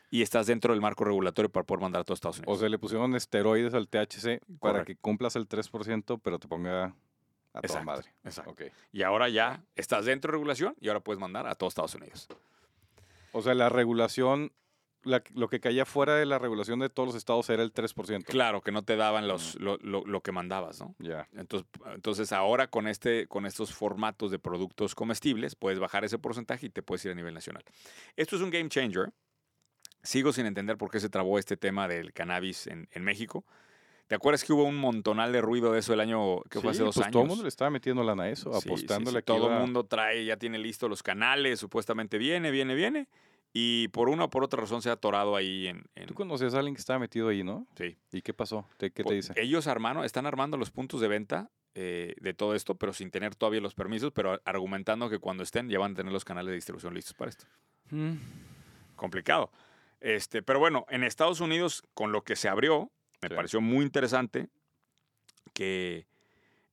S1: y estás dentro del marco regulatorio para poder mandar a todos Estados Unidos.
S2: O sea, le pusieron esteroides al THC para
S1: Correcto.
S2: que cumplas el 3%, pero te ponga a toda
S1: Exacto,
S2: madre.
S1: exacto.
S2: Ok.
S1: Y ahora ya estás dentro de regulación y ahora puedes mandar a todos Estados Unidos.
S2: O sea, la regulación, la que- lo que caía fuera de la regulación de todos los estados era el 3%.
S1: Claro, que no te daban los, lo, lo- lo que mandabas, ¿no?
S2: Ya.
S1: Entonces, entonces ahora con, este, con estos formatos de productos comestibles puedes bajar ese porcentaje y te puedes ir a nivel nacional. Esto es un game changer. Sigo sin entender por qué se trabó este tema del cannabis en, en México. ¿Te acuerdas que hubo un montonal de ruido de eso el año que fue
S2: Sí,
S1: hace dos
S2: pues
S1: años?
S2: Todo el mundo le estaba metiendo lana a eso,
S1: Sí, sí,
S2: apostándole
S1: sí,
S2: a que
S1: Todo el
S2: iba-
S1: mundo trae, ya tiene listo los canales, supuestamente viene, viene, viene. Y por una o por otra razón se ha atorado ahí en... en-
S2: Tú conocías a alguien que estaba metido ahí, ¿no?
S1: sí. Pues, eh,
S2: ¿Y qué pasó? ¿Te- ¿Qué te
S1: Por-
S2: dice?
S1: Ellos armaron, están armando los puntos de venta eh, de todo esto, pero sin tener todavía los permisos, pero a- argumentando que cuando estén ya van a tener los canales de distribución listos para esto.
S2: Mm.
S1: Complicado. Este, pero bueno, en Estados Unidos, con lo que se abrió, me
S2: Sí.
S1: pareció muy interesante que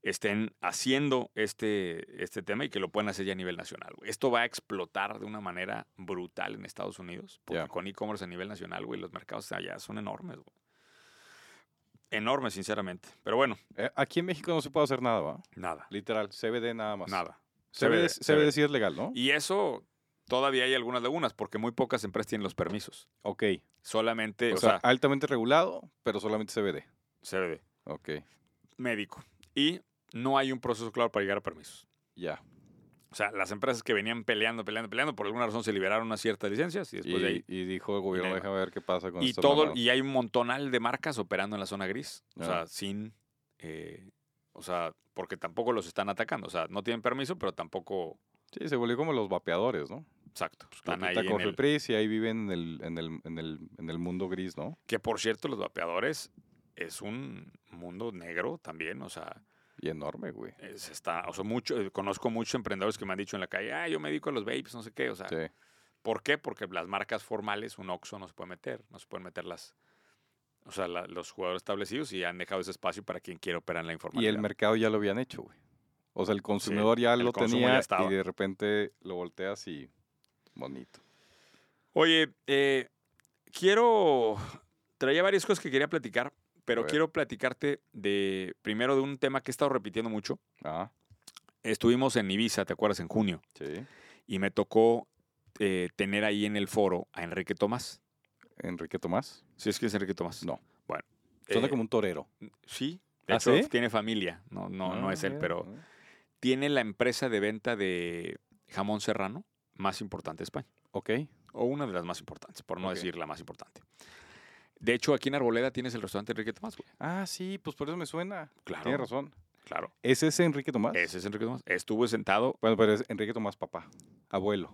S1: estén haciendo este, este tema y que lo puedan hacer ya a nivel nacional. güey. Esto va a explotar de una manera brutal en Estados Unidos, porque
S2: Ya.
S1: con e-commerce a nivel nacional, güey, los mercados allá son enormes. güey. enorme, sinceramente. Pero bueno,
S2: Eh, aquí en México no se puede hacer nada, ¿va?
S1: nada,
S2: Literal, CBD nada más.
S1: nada.
S2: CBD,
S1: CBD.
S2: CBD sí es legal, ¿no?
S1: Y eso todavía hay algunas lagunas, porque muy pocas empresas tienen los permisos.
S2: Ok.
S1: Solamente,
S2: O sea, altamente regulado, pero solamente CBD.
S1: CBD,
S2: Ok,
S1: médico. Y no hay un proceso claro para llegar a permisos.
S2: ya.
S1: O sea, las empresas que venían peleando, peleando, peleando, por alguna razón se liberaron unas ciertas licencias y después de ahí
S2: Y, y dijo el gobierno,
S1: ahí va.
S2: déjame ver qué pasa con
S1: y
S2: esta
S1: todo
S2: mamada".
S1: y hay un montonal de marcas operando en la zona gris o
S2: Ah.
S1: sea sin eh, o sea porque tampoco los están atacando o sea no tienen permiso pero tampoco
S2: Sí, se volvió como los vapeadores, ¿no?
S1: exacto
S2: Pues Que
S1: están ahí
S2: ahí
S1: en el-
S2: y ahí viven en el, en, el, en, el, en el mundo gris, ¿no?
S1: que por cierto los vapeadores es un mundo negro también o sea
S2: Y enorme, güey.
S1: eh, se está o sea mucho eh, conozco muchos emprendedores que me han dicho en la calle ah yo me dedico a los vapes no sé qué o sea
S2: Sí.
S1: por qué porque las marcas formales un Oxxo no se puede meter no se pueden meter las o sea, la- los jugadores establecidos y han dejado ese espacio para quien quiera operar en la
S2: Y
S1: informalidad.
S2: el mercado ya lo habían hecho, güey. O sea, el consumidor ya
S1: el
S2: lo
S1: consumo ya
S2: tenía
S1: estaba.
S2: y de repente lo volteas y bonito.
S1: Oye, eh, quiero. Traía varias cosas que quería platicar, pero
S2: ver.
S1: quiero platicarte de. Primero de un tema que he estado repitiendo mucho.
S2: Ah,
S1: Estuvimos en Ibiza, ¿te acuerdas? En junio.
S2: sí.
S1: Y me tocó eh, tener ahí en el foro a Enrique Tomás.
S2: Enrique Tomás.
S1: ¿Sí es que es Enrique Tomás?
S2: No.
S1: Bueno.
S2: Suena
S1: eh,
S2: como un torero.
S1: Sí. De
S2: ¿Ah,
S1: hecho,
S2: sí?
S1: tiene familia. No, no, no
S2: Ah,
S1: es él,
S2: mira,
S1: pero
S2: ah.
S1: tiene la empresa de venta de jamón serrano más importante de España.
S2: Ok.
S1: o una de las más importantes, por no
S2: Ok.
S1: decir la más importante. De hecho, aquí en Arboleda tienes el restaurante Enrique Tomás, güey.
S2: Ah, sí, pues por eso me suena.
S1: Claro.
S2: Tienes razón.
S1: Claro.
S2: ¿Es ese Enrique Tomás?
S1: Ese es Enrique Tomás. Estuvo sentado,
S2: Bueno, pero es Enrique Tomás papá, abuelo,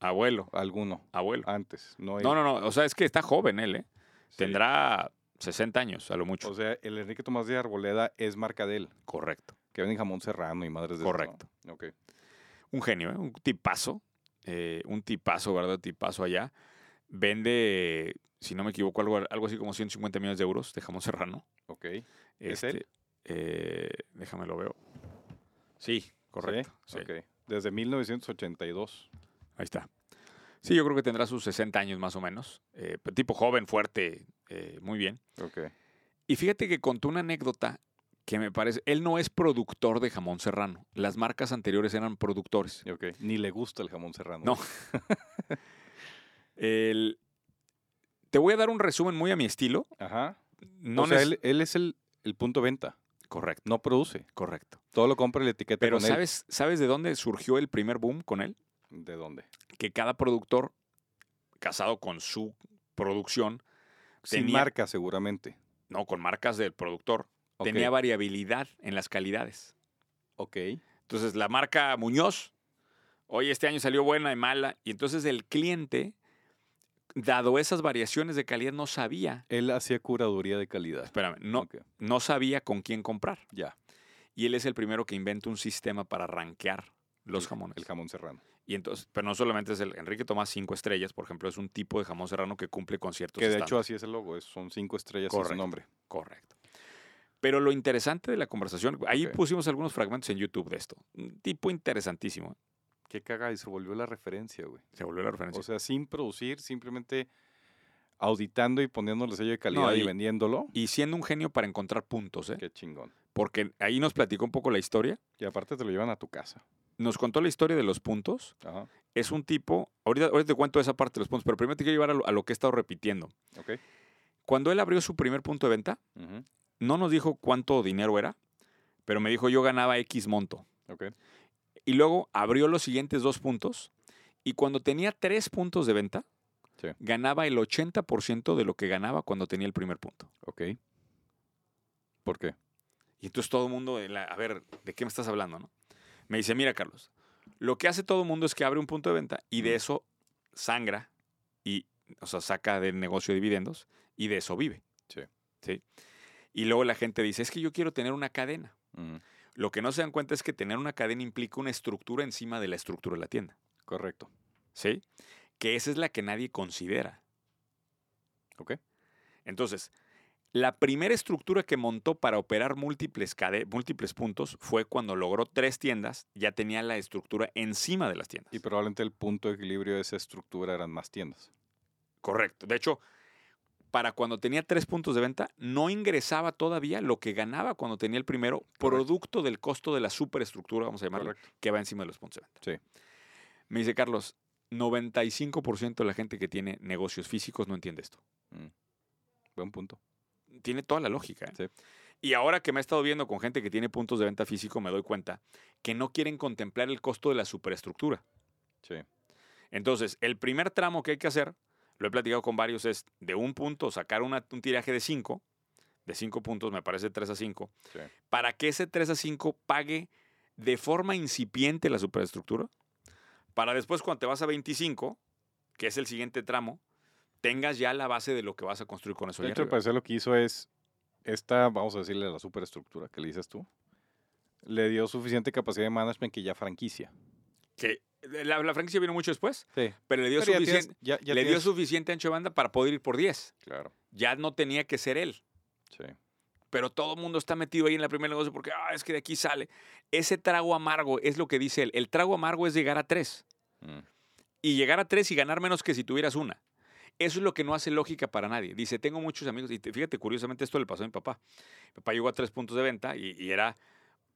S1: abuelo,
S2: alguno,
S1: abuelo.
S2: antes. No, él.
S1: No, no, no. O sea, es que está joven él, ¿eh?
S2: Sí.
S1: Tendrá 60 años, a lo mucho.
S2: O sea, el Enrique Tomás de Arboleda es marca de él,
S1: Pues, Correcto.
S2: que venden jamón serrano y madres de esas, ¿no?
S1: Correcto.
S2: Ok.
S1: Un genio, ¿eh? Un tipazo. eh, un tipazo, ¿verdad? Tipazo allá. Vende, si no me equivoco, algo, algo así como 150 millones de euros de jamón serrano.
S2: Ok. ¿Es él?
S1: Este, eh, déjame lo veo. Sí, correcto. sí.
S2: Ok. Desde 1982.
S1: Ahí está. Sí, yo creo que tendrá sus 60 años más o menos. Eh, pe- tipo joven, fuerte, eh, muy bien.
S2: Ok.
S1: Y fíjate que contó una anécdota que me parece, él no es productor de jamón serrano. Las marcas anteriores eran productores.
S2: Ok. Ni le gusta el jamón serrano.
S1: No. El- te voy a dar un resumen muy a mi estilo.
S2: Ajá.
S1: No
S2: o sea,
S1: neces-
S2: él, él es el, el punto de venta.
S1: Correcto,
S2: No produce.
S1: correcto.
S2: Todo lo compra y la etiqueta
S1: Pero
S2: con
S1: ¿sabes, ¿sabes de dónde surgió el primer boom con él?
S2: él. ¿De dónde?
S1: Que cada productor, casado con su producción,
S2: Sin
S1: Tenía-
S2: marca, seguramente.
S1: no con marcas del productor,
S2: Ok.
S1: tenía variabilidad en las calidades.
S2: Ok.
S1: Entonces, la marca Muñoz, hoy este año salió buena y mala. Y entonces el cliente, dado esas variaciones de calidad, no sabía,
S2: Él hacía curaduría de calidad.
S1: espérame, no,
S2: Ok,
S1: no sabía con quién comprar.
S2: Ya.
S1: Y él es el primero que inventa un sistema para rankear los
S2: El-
S1: jamones.
S2: El jamón serrano.
S1: y entonces, pero no solamente es el Enrique Tomás cinco estrellas, por ejemplo, es un tipo de jamón serrano que cumple con ciertos
S2: Que de
S1: estándares.
S2: hecho así es el logo, es- son cinco estrellas y
S1: Correcto.
S2: su nombre.
S1: Correcto. Pero lo interesante de la conversación, ahí
S2: Ok.
S1: pusimos algunos fragmentos en YouTube de esto. Un tipo interesantísimo.
S2: Qué caga, y se volvió la referencia, güey.
S1: Se volvió la referencia.
S2: O sea, sin producir, simplemente auditando y poniéndole sello de calidad y,
S1: y-
S2: vendiéndolo.
S1: y siendo un genio para encontrar puntos, ¿eh?
S2: Qué chingón.
S1: porque ahí nos platicó un poco la historia.
S2: Y aparte te lo llevan a tu casa.
S1: Nos contó la historia de los puntos.
S2: Ajá.
S1: Es un tipo, ahorita, ahorita te cuento esa parte de los puntos, pero primero te quiero llevar a lo, a lo que he estado repitiendo.
S2: Ok.
S1: Cuando él abrió su primer punto de venta,
S2: Ujú,
S1: no nos dijo cuánto dinero era, pero me dijo yo ganaba X monto.
S2: Ok.
S1: Y luego abrió los siguientes dos puntos y cuando tenía tres puntos de venta,
S2: Sí.
S1: ganaba el 80% de lo que ganaba cuando tenía el primer punto.
S2: Ok. ¿Por qué?
S1: Y entonces todo el mundo, en la- a ver, ¿de qué me estás hablando? No? Me dice, mira, Carlos, lo que hace todo el mundo es que abre un punto de venta y de
S2: Mm.
S1: eso sangra y, o sea, saca del negocio dividendos y de eso vive.
S2: Sí.
S1: ¿Sí? Y luego la gente dice, es que yo quiero tener una cadena.
S2: Ujú,
S1: Lo que no se dan cuenta es que tener una cadena implica una estructura encima de la estructura de la tienda.
S2: Correcto.
S1: ¿Sí? Que esa es la que nadie considera.
S2: Ok.
S1: Entonces, la primera estructura que montó para operar múltiples, cade- múltiples puntos fue cuando logró tres tiendas, ya tenía la estructura encima de las tiendas.
S2: Y probablemente el punto de equilibrio de esa estructura eran más tiendas.
S1: Correcto. De hecho, para cuando tenía tres puntos de venta, no ingresaba todavía lo que ganaba cuando tenía el primero, producto del costo de la superestructura, vamos a llamarlo,
S2: Correcto.
S1: que va encima de los puntos de venta.
S2: Sí.
S1: Me dice Carlos, 95% de la gente que tiene negocios físicos no entiende esto.
S2: Mm. Buen punto.
S1: Tiene toda la lógica. ¿eh?
S2: Sí.
S1: Y ahora que me he estado viendo con gente que tiene puntos de venta físico, me doy cuenta que no quieren contemplar el costo de la superestructura.
S2: Sí.
S1: Entonces, el primer tramo que hay que hacer, lo he platicado con varios, es de un punto sacar una- un tiraje de 5, de 5 puntos, me parece 3 a 5,
S2: Sí.
S1: para que ese 3 a 5 pague de forma incipiente la superestructura, para después cuando te vas a 25, que es el siguiente tramo, tengas ya la base de lo que vas a construir con eso.
S2: De
S1: allá
S2: hecho, al
S1: arriba.
S2: parecer lo que hizo es esta, vamos a decirle, la superestructura que le dices tú, le dio suficiente capacidad de management que ya franquicia.
S1: Que eh, la, la franquicia vino mucho después,
S2: Sí.
S1: pero le dio,
S2: pues Pero ya
S1: suficien-
S2: tienes- ya- ya
S1: le dio
S2: tienes-
S1: suficiente ancho de banda para poder ir por 10.
S2: Claro,
S1: Ya no tenía que ser él.
S2: sí.
S1: pero todo el mundo está metido ahí en la primer negocio porque "Ah, es que de aquí sale. Ese trago amargo es lo que dice él. El trago amargo es llegar a tres.
S2: Mm,
S1: Y llegar a tres y ganar menos que si tuvieras una. Eso es lo que no hace lógica para nadie. Dice, tengo muchos amigos. Y te- fíjate, curiosamente, esto le pasó a mi papá. Mi papá llegó a tres puntos de venta y, y era,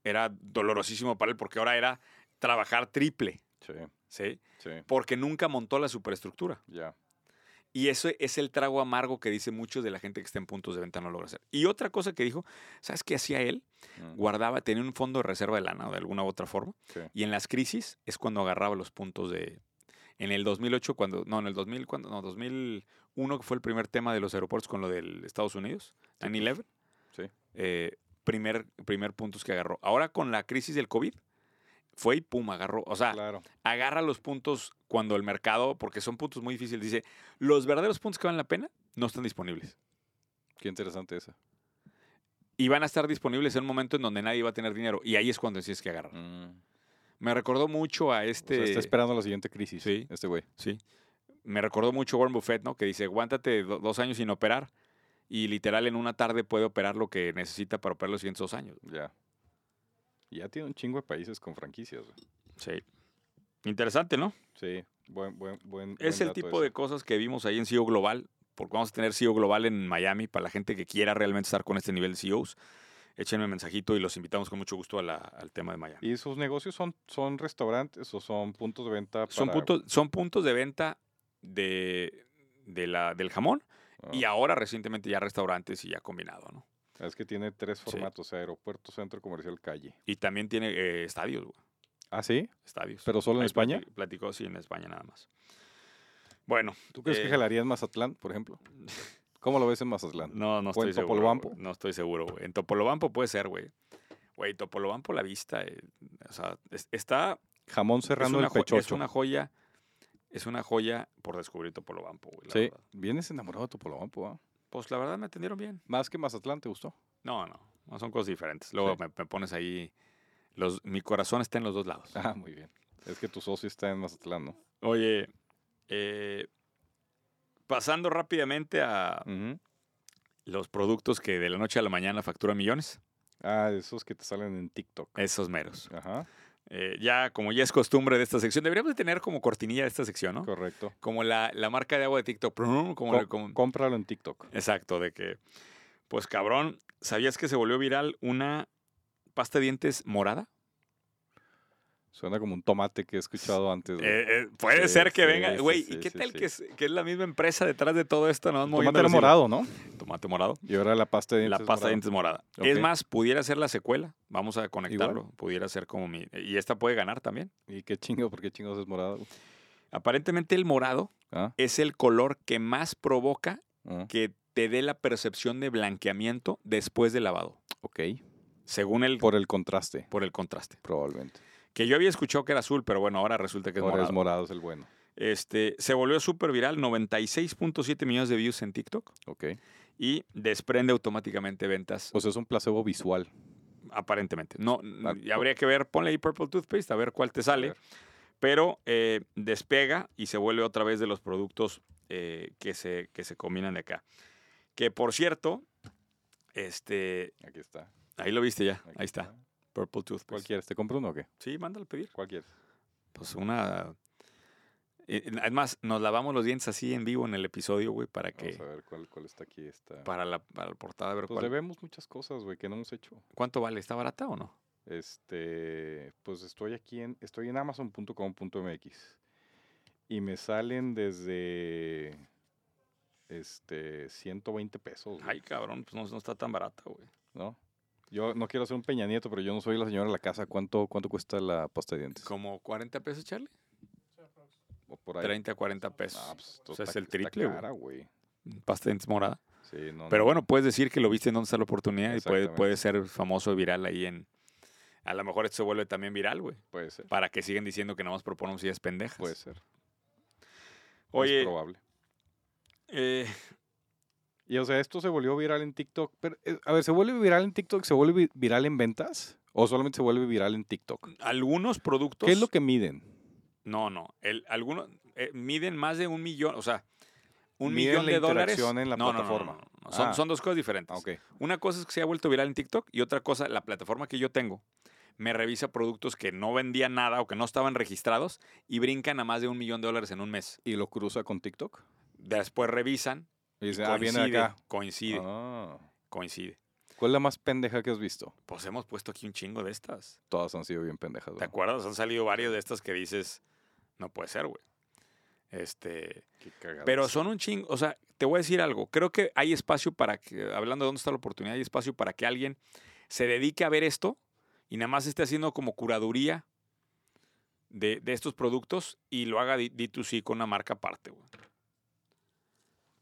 S1: era dolorosísimo para él porque ahora era trabajar triple,
S2: Sí,
S1: ¿sí?
S2: sí,
S1: Porque nunca montó la superestructura.
S2: ya.
S1: Y eso es el trago amargo que dice muchos de la gente que está en puntos de venta no logra hacer. Y otra cosa que dijo, ¿sabes qué hacía él?
S2: mm,
S1: guardaba, tenía un fondo de reserva de lana o de alguna u otra forma.
S2: sí.
S1: Y en las crisis es cuando agarraba los puntos de... En el 2008, cuando... No, en el 2000, cuando... No, 2001, que fue el primer tema de los aeropuertos con lo del Estados Unidos, 9-11.
S2: Sí.
S1: eh, primer, primer puntos que agarró. Ahora con la crisis del COVID, fue y pum, agarró. O sea,
S2: Claro,
S1: agarra los puntos cuando el mercado, porque son puntos muy difíciles, dice, los verdaderos puntos que valen la pena no están disponibles.
S2: qué interesante esa.
S1: Y van a estar disponibles en un momento en donde nadie va a tener dinero. Y ahí es cuando tienes que agarrar.
S2: Mm,
S1: Me recordó mucho a
S2: o sea,
S1: este.
S2: está esperando la siguiente crisis,
S1: Sí.
S2: este güey.
S1: sí. Me recordó mucho Warren Buffett, ¿no? Que dice: aguántate do- dos años sin operar y literal en una tarde puede operar lo que necesita para operar los siguientes dos años.
S2: Ya. Y Ya tiene un chingo de países con franquicias. güey.
S1: Sí. Interesante, ¿no?
S2: Sí, buen, buen, buen.
S1: Es el tipo de cosas que vimos ahí en CEO Global, porque vamos a tener CEO Global en Miami para la gente que quiera realmente estar con este nivel de CEOs. Échenme mensajito y los invitamos con mucho gusto a la- al tema de Miami.
S2: ¿Y sus negocios son, son restaurantes o son puntos de venta?
S1: Son
S2: para-
S1: puntos, son puntos de venta de, de la, del jamón
S2: Ah,
S1: y ahora recientemente ya restaurantes y ya combinado, ¿no?
S2: Es que tiene tres
S1: Sí.
S2: formatos, o sea, aeropuerto, centro comercial, calle.
S1: Y también tiene eh, estadios, güey.
S2: ¿Ah, sí?
S1: Estadios.
S2: ¿Pero solo en
S1: Ahí
S2: España?
S1: plati- Platicó, sí, en España nada más. Bueno,
S2: ¿Tú crees
S1: eh,
S2: que jalaría en Mazatlán, por
S1: <laughs>
S2: ejemplo? ¿Cómo lo ves en Mazatlán?
S1: no, no
S2: ¿O en
S1: estoy seguro.
S2: Topolobampo?
S1: güey. No estoy seguro, güey. En Topolobampo puede ser, güey. Güey, Topolobampo la vista. eh, O sea, es- está.
S2: Jamón
S1: Es
S2: cerrando
S1: una,
S2: el
S1: jo- es
S2: pechocho.
S1: una joya. Es una joya por descubrir Topolobampo, güey. la
S2: Sí,
S1: verdad.
S2: vienes enamorado de Topolobampo, ¿ah?
S1: Pues la verdad me atendieron bien.
S2: Más que Mazatlán, ¿te gustó? <laughs>
S1: No, no. no, son cosas diferentes. Luego
S2: Sí.
S1: me, me pones ahí. Los, mi corazón está en los dos lados.
S2: Ah, muy bien. Es que tu socio está en Mazatlán, ¿no?
S1: Oye, eh, pasando rápidamente a
S2: Ujú.
S1: los productos que de la noche a la mañana facturan millones,
S2: Ah, esos que te salen en TikTok.
S1: esos meros.
S2: Ajá,
S1: Eh, ya, como ya es costumbre de esta sección, deberíamos de tener como cortinilla de esta sección, ¿no?
S2: correcto.
S1: Como la, la marca de agua de TikTok. prum, Como,
S2: Co-
S1: la- como-
S2: Cómpralo en TikTok.
S1: exacto, de que, pues cabrón, ¿sabías que se volvió viral una pasta de dientes morada?
S2: Suena como un tomate que he escuchado antes. güey.
S1: Eh, eh, puede
S2: Sí,
S1: ser que
S2: sí,
S1: venga,
S2: sí,
S1: güey, ¿y
S2: sí,
S1: qué
S2: sí,
S1: tal
S2: sí.
S1: Que, es, que es la misma empresa detrás de todo esto? No,
S2: El tomate era morado, ¿no?
S1: Tomate morado.
S2: Y ahora la pasta de
S1: La
S2: dientes.
S1: pasta de
S2: morada.
S1: dientes morada. Es
S2: Ok.
S1: más, pudiera ser la secuela. Vamos a conectarlo. Pudiera ser como mi. Y esta puede ganar también.
S2: ¿Y qué chingo? ¿Por qué chingos es morado? güey?
S1: Aparentemente, el morado
S2: Ah,
S1: es el color que más provoca
S2: ah,
S1: que te dé la percepción de blanqueamiento después del lavado.
S2: ok.
S1: Según el. Por,
S2: Por el contraste,
S1: el contraste.
S2: probablemente.
S1: Que yo había escuchado que era azul, pero bueno, ahora resulta que es
S2: ahora
S1: morado.
S2: es morado, es el bueno.
S1: este, se volvió súper viral, 96.7 millones de views en TikTok
S2: Ok.
S1: y desprende automáticamente ventas,
S2: O sea, es un placebo visual.
S1: aparentemente. No,
S2: Ah,
S1: y habría que ver, ponle ahí Purple Toothpaste a ver cuál te sale.
S2: A ver.
S1: pero eh, despega y se vuelve otra vez de los productos eh, que, se, que se combinan de acá. Que por cierto, este,
S2: Aquí está.
S1: ahí lo viste ya,
S2: aquí
S1: ahí está,
S2: Pues
S1: Purple
S2: ¿Cuál
S1: Toothpaste.
S2: quieres? ¿Te compro uno o qué?
S1: Sí, mándalo pedir.
S2: ¿Cuál quieres?
S1: Pues una Pues Eh, Además, nos lavamos los dientes así en vivo en el episodio, güey, para que.
S2: Vamos a ver cuál, cuál está aquí. Esta.
S1: Para la, para la portada, a ver
S2: Pues
S1: cuál-
S2: debemos muchas cosas, güey, que no hemos hecho.
S1: cuánto vale. ¿Está barata o no?
S2: Este, pues estoy aquí en, estoy en amazon.com.mx y me salen desde este 120 pesos, güey,
S1: Ay, cabrón, pues no, no está tan barata, güey.
S2: ¿no? Yo no quiero ser un Peña Nieto, pero yo no soy la señora de la casa. ¿Cuánto, cuánto cuesta la pasta de dientes?
S1: ¿Como 40 pesos, Charlie?
S2: O por ahí.
S1: 30, 40 pesos.
S2: Ah, pues,
S1: O sea, es
S2: está-
S1: el
S2: está
S1: triple, güey.
S2: cara, güey.
S1: Pasta de dientes morada.
S2: Sí, no,
S1: Pero
S2: no.
S1: bueno, puedes decir que lo viste en Dónde está la oportunidad y puede,
S2: Exactamente.
S1: puede ser famoso y viral ahí en. A lo mejor esto se vuelve también viral, güey.
S2: Puede ser,
S1: Para que sigan diciendo que nada más proponemos ideas pendejas.
S2: puede ser. es
S1: pues, Oye,
S2: probable.
S1: eh,
S2: Y o sea, esto se volvió viral en TikTok. Pero, eh, a ver, ¿se vuelve viral en TikTok? ¿Se vuelve vi- viral en ventas? ¿O solamente se vuelve viral en TikTok?
S1: algunos productos.
S2: ¿Qué es lo que miden?
S1: No, no. El, algunos eh, miden más de un millón, o sea, un
S2: Miden
S1: millón
S2: la
S1: de dólares.
S2: interacción en la
S1: No, no, no,
S2: plataforma.
S1: no, no, no. Son,
S2: Ah.
S1: son dos cosas diferentes.
S2: Ah, ok.
S1: Una cosa es que se ha vuelto viral en TikTok y otra cosa, la plataforma que yo tengo me revisa productos que no vendían nada o que no estaban registrados y brincan a más de un millón de dólares en un mes.
S2: ¿Y lo cruza con TikTok?
S1: Después revisan.
S2: Y
S1: y
S2: dice, ah, viene
S1: coincide,
S2: de acá.
S1: Coincide,
S2: Ah.
S1: coincide.
S2: ¿Cuál es la más pendeja que has visto?
S1: Pues hemos puesto aquí un chingo de estas.
S2: Todas han sido bien pendejas.
S1: ¿Te
S2: ¿verdad?
S1: acuerdas? Han salido varios de estas que dices, no puede ser, güey. Este,
S2: Qué cagadas.
S1: Pero son un chingo. O sea, te voy a decir algo. Creo que hay espacio para que, hablando de dónde está la oportunidad, hay espacio para que alguien se dedique a ver esto y nada más esté haciendo como curaduría de, de estos productos y lo haga D- D2C con una marca aparte. güey.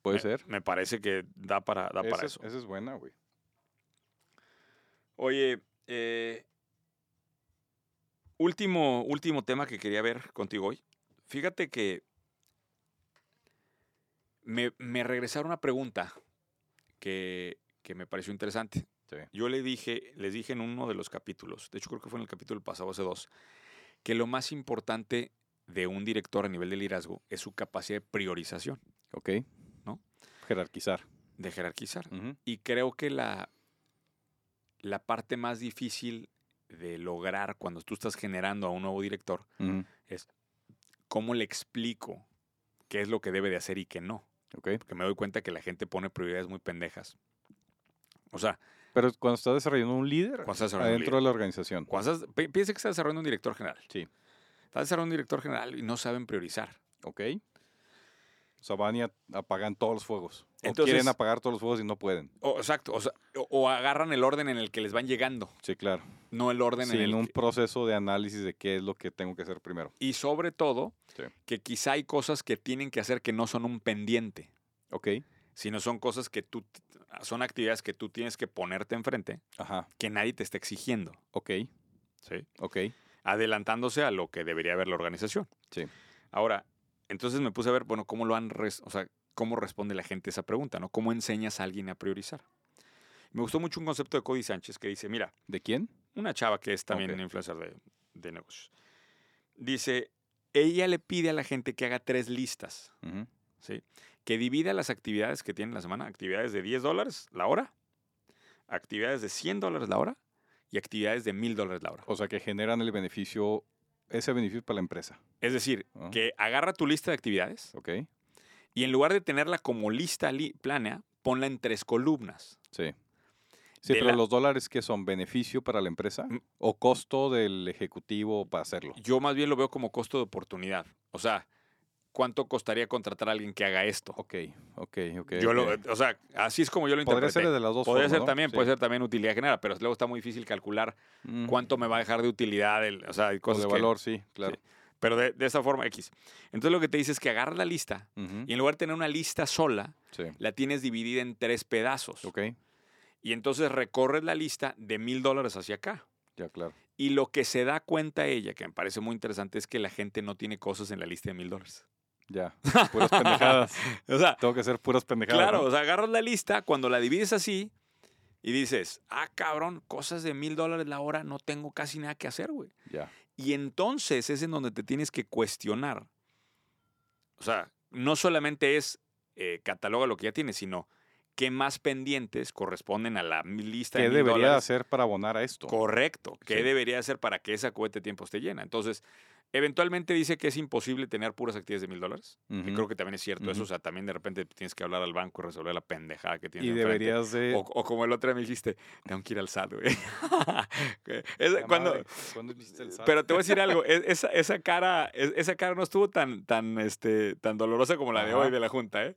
S2: Puede
S1: Me-
S2: ser.
S1: Me parece que da para, da
S2: Esa
S1: para
S2: es-
S1: eso.
S2: esa es buena, güey.
S1: Oye, eh, último, último tema que quería ver contigo hoy. Fíjate que me, me regresaron una pregunta que, que me pareció interesante.
S2: Sí.
S1: Yo le dije, les dije en uno de los capítulos, de hecho creo que fue en el capítulo pasado, hace dos, que lo más importante de un director a nivel de liderazgo es su capacidad de priorización,
S2: Ok.
S1: ¿No?
S2: Jerarquizar.
S1: de jerarquizar.
S2: Ujú.
S1: Y creo que la, la parte más difícil de lograr cuando tú estás generando a un nuevo director,
S2: Ujú.
S1: ¿cómo le explico qué es lo que debe de hacer y qué no?
S2: Ok.
S1: Porque me doy cuenta que la gente pone prioridades muy pendejas. O sea,
S2: Pero cuando estás desarrollando un líder
S1: cuando estás desarrollando un
S2: adentro de la organización.
S1: líder, cuando estás- pi- piensa que estás desarrollando un director general.
S2: Sí.
S1: Estás desarrollando un director general y no saben priorizar.
S2: Ok. O sea, van y a- apagan todos los fuegos. O
S1: Entonces-
S2: quieren apagar todos los fuegos y no pueden.
S1: O, exacto. O, sea, o- o agarran el orden en el que les van llegando,
S2: Sí, claro.
S1: no el orden en
S2: Sin
S1: el
S2: un
S1: que-
S2: proceso de análisis de qué es lo que tengo que hacer primero.
S1: Y sobre todo,
S2: Sí.
S1: que quizá hay cosas que tienen que hacer que no son un pendiente.
S2: Ok.
S1: sino son cosas que tú, son actividades que tú tienes que ponerte enfrente,
S2: Ajá.
S1: que nadie te está exigiendo,
S2: Ok.
S1: ¿sí?
S2: Ok.
S1: Adelantándose a lo que debería ver la organización.
S2: Sí.
S1: Ahora, entonces me puse a ver, bueno, cómo lo han, res- o sea, cómo responde la gente a esa pregunta, ¿no? ¿Cómo enseñas a alguien a priorizar? Me gustó mucho un concepto de Cody Sánchez que dice, mira,
S2: ¿De quién?
S1: una chava que es también
S2: Ok.
S1: una influencer de, de negocios, dice, ella le pide a la gente que haga tres listas,
S2: Ujú.
S1: ¿sí? Que divida las actividades que tiene en la semana, actividades de 10 dólares la hora, actividades de 100 dólares la hora y actividades de 1000 dólares la hora.
S2: O sea, que generan el beneficio, ese beneficio para la empresa.
S1: Es decir,
S2: Ah.
S1: que agarra tu lista de actividades
S2: Ok.
S1: y en lugar de tenerla como lista li- planea, ponla en tres columnas.
S2: Sí. Sí,
S1: De
S2: pero
S1: la-
S2: los dólares que son beneficio para la empresa
S1: Mm.
S2: o costo del ejecutivo para hacerlo.
S1: Yo más bien lo veo como costo de oportunidad. O sea, ¿cuánto costaría contratar a alguien que haga esto?
S2: Ok, ok, ok.
S1: yo lo-
S2: ok.
S1: o sea, así es como yo lo
S2: Podría
S1: interpreté.
S2: ser de las dos
S1: Podría
S2: formas,
S1: ser
S2: ¿no?
S1: también,
S2: Sí.
S1: puede ser también utilidad general, pero luego está muy difícil calcular
S2: Mm.
S1: cuánto me va a dejar de utilidad, el- o sea, hay
S2: O
S1: cosas
S2: Pues de
S1: que-
S2: valor, sí, claro.
S1: Pero de, de esta forma X. Entonces lo que te dice es que agarra la lista
S2: Ujú,
S1: y en lugar de tener una lista sola,
S2: Sí.
S1: la tienes dividida en tres pedazos.
S2: Ok,
S1: Y entonces recorres la lista de mil dólares hacia acá.
S2: ya, claro.
S1: Y lo que se da cuenta ella, que me parece muy interesante, es que la gente no tiene cosas en la lista de mil dólares. <laughs>
S2: Ya. Puras pendejadas.
S1: O sea,
S2: Tengo que hacer puras pendejadas.
S1: claro,
S2: ¿no?
S1: o sea, agarras la lista, cuando la divides así y dices, ah, cabrón, cosas de mil dólares la hora, no tengo casi nada que hacer, güey.
S2: Ya.
S1: Y entonces es en donde te tienes que cuestionar. O sea, no solamente es eh, cataloga lo que ya tienes, sino qué más pendientes corresponden a la mi- lista
S2: ¿Qué
S1: de mil
S2: debería
S1: dólares?
S2: hacer para abonar a esto?
S1: Correcto. ¿Qué
S2: Sí.
S1: debería hacer para que esa cubeta de tiempo esté llena? Entonces, Eventualmente dice que es imposible tener puras actividades de mil dólares. Que
S2: Ujú.
S1: creo que también es cierto eso.
S2: Ujú.
S1: O sea, también de repente tienes que hablar al banco y resolver la pendejada que tienes.
S2: Y
S1: enfrente.
S2: deberías de...
S1: O, o como el otro día me dijiste, tengo que ir al SAT, güey. <laughs> Es-
S2: La
S1: cuando,
S2: madre, ¿cuándo hiciste el SAT?
S1: pero te voy a decir algo, es- esa, esa cara, es- esa cara no estuvo tan, tan, este, tan dolorosa como la de
S2: Ajá.
S1: hoy de la Junta, ¿eh?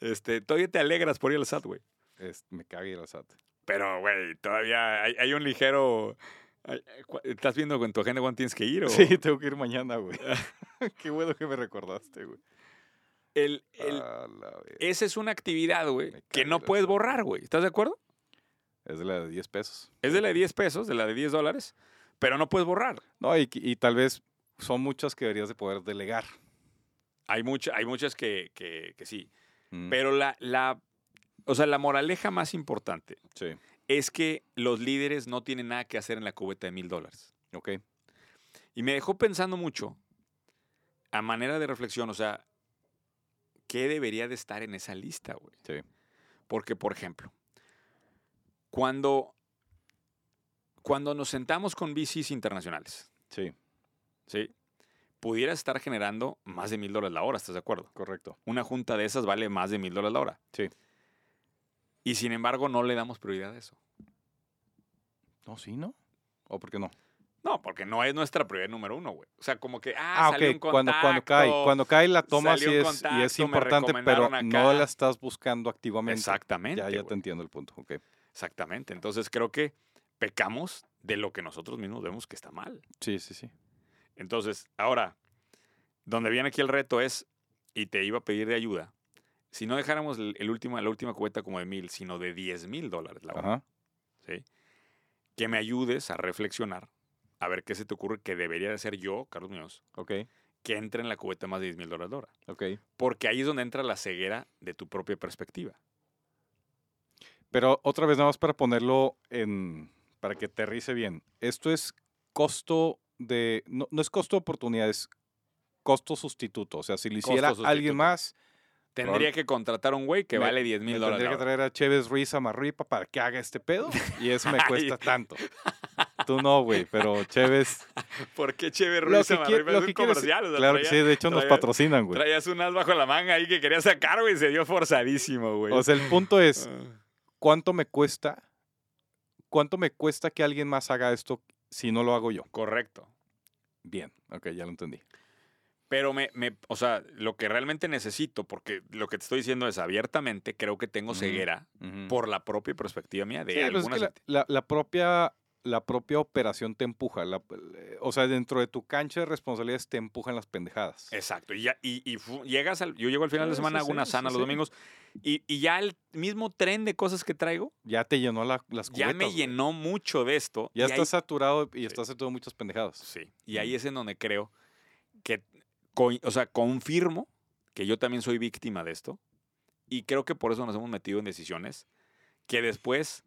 S1: Este, todavía te alegras por ir al SAT, güey.
S2: Es- me caga ir al SAT.
S1: Pero, güey, todavía hay, hay un ligero... hay- cu- ¿Estás viendo con tu agenda cuándo tienes que ir? O...
S2: Sí, tengo que ir mañana, güey. <laughs> Qué bueno que me recordaste, güey.
S1: El- el-
S2: A la ver-
S1: esa es una actividad, güey,
S2: Me
S1: que
S2: cae
S1: no
S2: la
S1: puedes
S2: sal.
S1: borrar, güey. ¿Estás de acuerdo?
S2: Es de la de 10 pesos.
S1: Es de la de 10 pesos, de la de 10 dólares, pero no puedes borrar.
S2: No, y, que- y tal vez son muchas que deberías de poder delegar.
S1: Hay, mucha, hay muchas que, que, que sí.
S2: Mm,
S1: Pero la, la, o sea, la moraleja más importante
S2: Sí,
S1: es que los líderes no tienen nada que hacer en la cubeta de mil dólares.
S2: ok.
S1: Y me dejó pensando mucho, a manera de reflexión, o sea, ¿qué debería de estar en esa lista, güey?
S2: Sí.
S1: Porque, por ejemplo, cuando, cuando nos sentamos con VCs internacionales,
S2: Sí,
S1: ¿sí? Pudiera estar generando más de mil dólares la hora, ¿estás de acuerdo?
S2: correcto.
S1: Una junta de esas vale más de mil dólares la hora.
S2: Sí.
S1: Y sin embargo, no le damos prioridad a eso.
S2: No, sí, ¿no? ¿O por qué no?
S1: No, porque no es nuestra prioridad número uno, güey. O sea, como que, ah,
S2: Ah,
S1: salió
S2: ok.
S1: un
S2: Cuando, cuando cae,
S1: contacto.
S2: cuando cae la toma sí
S1: salió un
S2: es, y es
S1: contacto, me
S2: importante, pero
S1: recomendaron
S2: no
S1: acá.
S2: la estás buscando activamente.
S1: Exactamente.
S2: Ya, ya te
S1: güey.
S2: entiendo el punto. Ok.
S1: Exactamente. Entonces creo que pecamos de lo que nosotros mismos vemos que está mal.
S2: Sí, sí, sí.
S1: Entonces, ahora, donde viene aquí el reto es, y te iba a pedir de ayuda, si no dejáramos el, el último, la última cubeta como de mil, sino de diez mil dólares la hora,
S2: Ajá.
S1: ¿sí? que me ayudes a reflexionar, a ver qué se te ocurre que debería de hacer yo, Carlos Muñoz,
S2: Ok,
S1: que entre en la cubeta más de diez mil dólares la hora.
S2: ok.
S1: Porque ahí es donde entra la ceguera de tu propia perspectiva.
S2: Pero otra vez, nada más para ponerlo en. para que aterrice bien. Esto es costo de. No, no es costo de oportunidad, es costo sustituto. O sea, si lo
S1: Costo
S2: hiciera
S1: sustituto.
S2: alguien más,
S1: Tendría que contratar a un güey que
S2: Me-
S1: vale 10
S2: me
S1: mil dólares.
S2: tendría que
S1: la hora.
S2: traer a Chévez Ruiz a Marripa para que haga este pedo.
S1: <laughs>
S2: Y eso me cuesta tanto. Tú no, güey, pero
S1: <laughs>
S2: Chévez.
S1: ¿Por qué chévere
S2: Lo
S1: Ruiz
S2: que, quiere-
S1: Amarripa?
S2: lo
S1: Es un
S2: que quieres-
S1: comercial. o sea,
S2: Claro que sí,
S1: traía-
S2: de hecho nos
S1: traía-
S2: patrocinan, güey.
S1: Traías un as bajo la manga ahí que quería sacar, güey, y se dio forzadísimo, güey.
S2: O sea, el punto es.
S1: Ah.
S2: ¿cuánto me cuesta? ¿Cuánto me cuesta que alguien más haga esto si no lo hago yo?
S1: correcto.
S2: Bien, ok, ya lo entendí.
S1: Pero me, me- o sea, lo que realmente necesito, porque lo que te estoy diciendo es abiertamente, creo que tengo
S2: Ujú.
S1: ceguera por la propia perspectiva mía de
S2: Sí, pues es
S1: algunas.
S2: que la,
S1: acti-
S2: la- la propia, la propia operación te empuja. la- eh, o sea, dentro de tu cancha de responsabilidades te empujan las pendejadas.
S1: Exacto. Y, ya, y, y fu- llegas al, yo llego al final de
S2: Sí, sí,
S1: semana, hago
S2: sí,
S1: una
S2: sí,
S1: sana los
S2: sí.
S1: domingos, y, y ya el mismo tren de cosas que traigo
S2: Ya te llenó la- las cubetas.
S1: ya me
S2: güey.
S1: llenó mucho de esto.
S2: Ya
S1: y ahí-
S2: estás saturado y estás saturado de muchas pendejadas.
S1: Sí, y ahí
S2: Ujú.
S1: es en donde creo que, co- o sea, confirmo que yo también soy víctima de esto y creo que por eso nos hemos metido en decisiones que después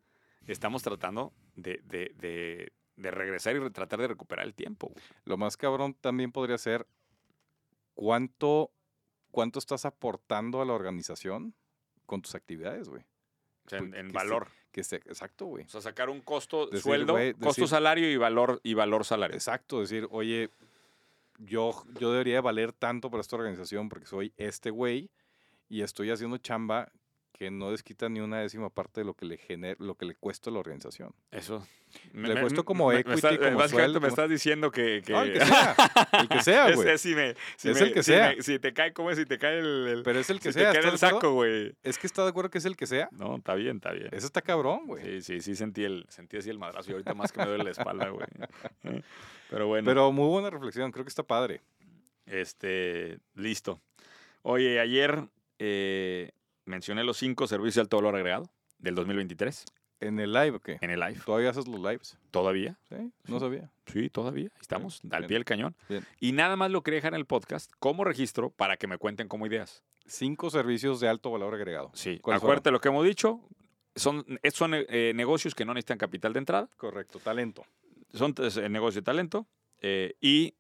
S1: estamos tratando de, de- de- de regresar y re- tratar de recuperar el tiempo. güey.
S2: Lo más cabrón también podría ser cuánto, cuánto estás aportando a la organización con tus actividades, güey.
S1: O sea, en,
S2: Pues,
S1: en
S2: que sí.
S1: valor.
S2: Que se- exacto, güey.
S1: O sea, sacar un costo
S2: Decir,
S1: sueldo,
S2: güey,
S1: costo
S2: decir-
S1: salario y valor, y valor salario.
S2: Exacto, decir, oye, yo, yo debería de valer tanto para esta organización porque soy este güey y estoy haciendo chamba que no desquita ni una décima parte de lo que le gener- lo que le cuesta a la organización.
S1: Eso.
S2: Le cuesto como equity, como
S1: eh, básicamente
S2: sueldo,
S1: me
S2: como-
S1: estás diciendo que... que-
S2: No, el que
S1: <laughs>
S2: sea, el que sea,
S1: Ese
S2: güey.
S1: si me- si
S2: Es
S1: me-
S2: el que
S1: si
S2: sea.
S1: me- si te cae, ¿cómo es? Si te cae el- el,
S2: Pero es el que
S1: si
S2: sea.
S1: te queda el
S2: ¿estás de acuerdo?
S1: saco, güey.
S2: Es que está de acuerdo que es el que sea.
S1: No, está bien, está bien.
S2: Eso está cabrón, güey.
S1: Sí, sí, sí sentí, el, sentí así el madrazo y ahorita más que me duele la espalda, <laughs> güey. ¿Eh? Pero bueno,
S2: Pero muy buena reflexión, creo que está padre.
S1: este, listo. Oye, ayer eh, mencioné los cinco servicios de alto valor agregado del 2023
S2: ¿En el live o qué?
S1: en el live.
S2: ¿Todavía haces los lives?
S1: ¿Todavía?
S2: Sí, no sabía.
S1: Eh. Sí, todavía. Ahí Estamos al
S2: bien.
S1: pie del cañón.
S2: Bien.
S1: Y nada más lo quería dejar en el podcast como registro para que me cuenten como ideas.
S2: Cinco servicios de alto valor agregado.
S1: Sí,
S2: ¿Cuáles fueron?
S1: acuérdate lo que hemos dicho. Son, son eh, negocios que no necesitan capital de entrada.
S2: Correcto, talento.
S1: son tres, el negocio de eh, talento. eh, y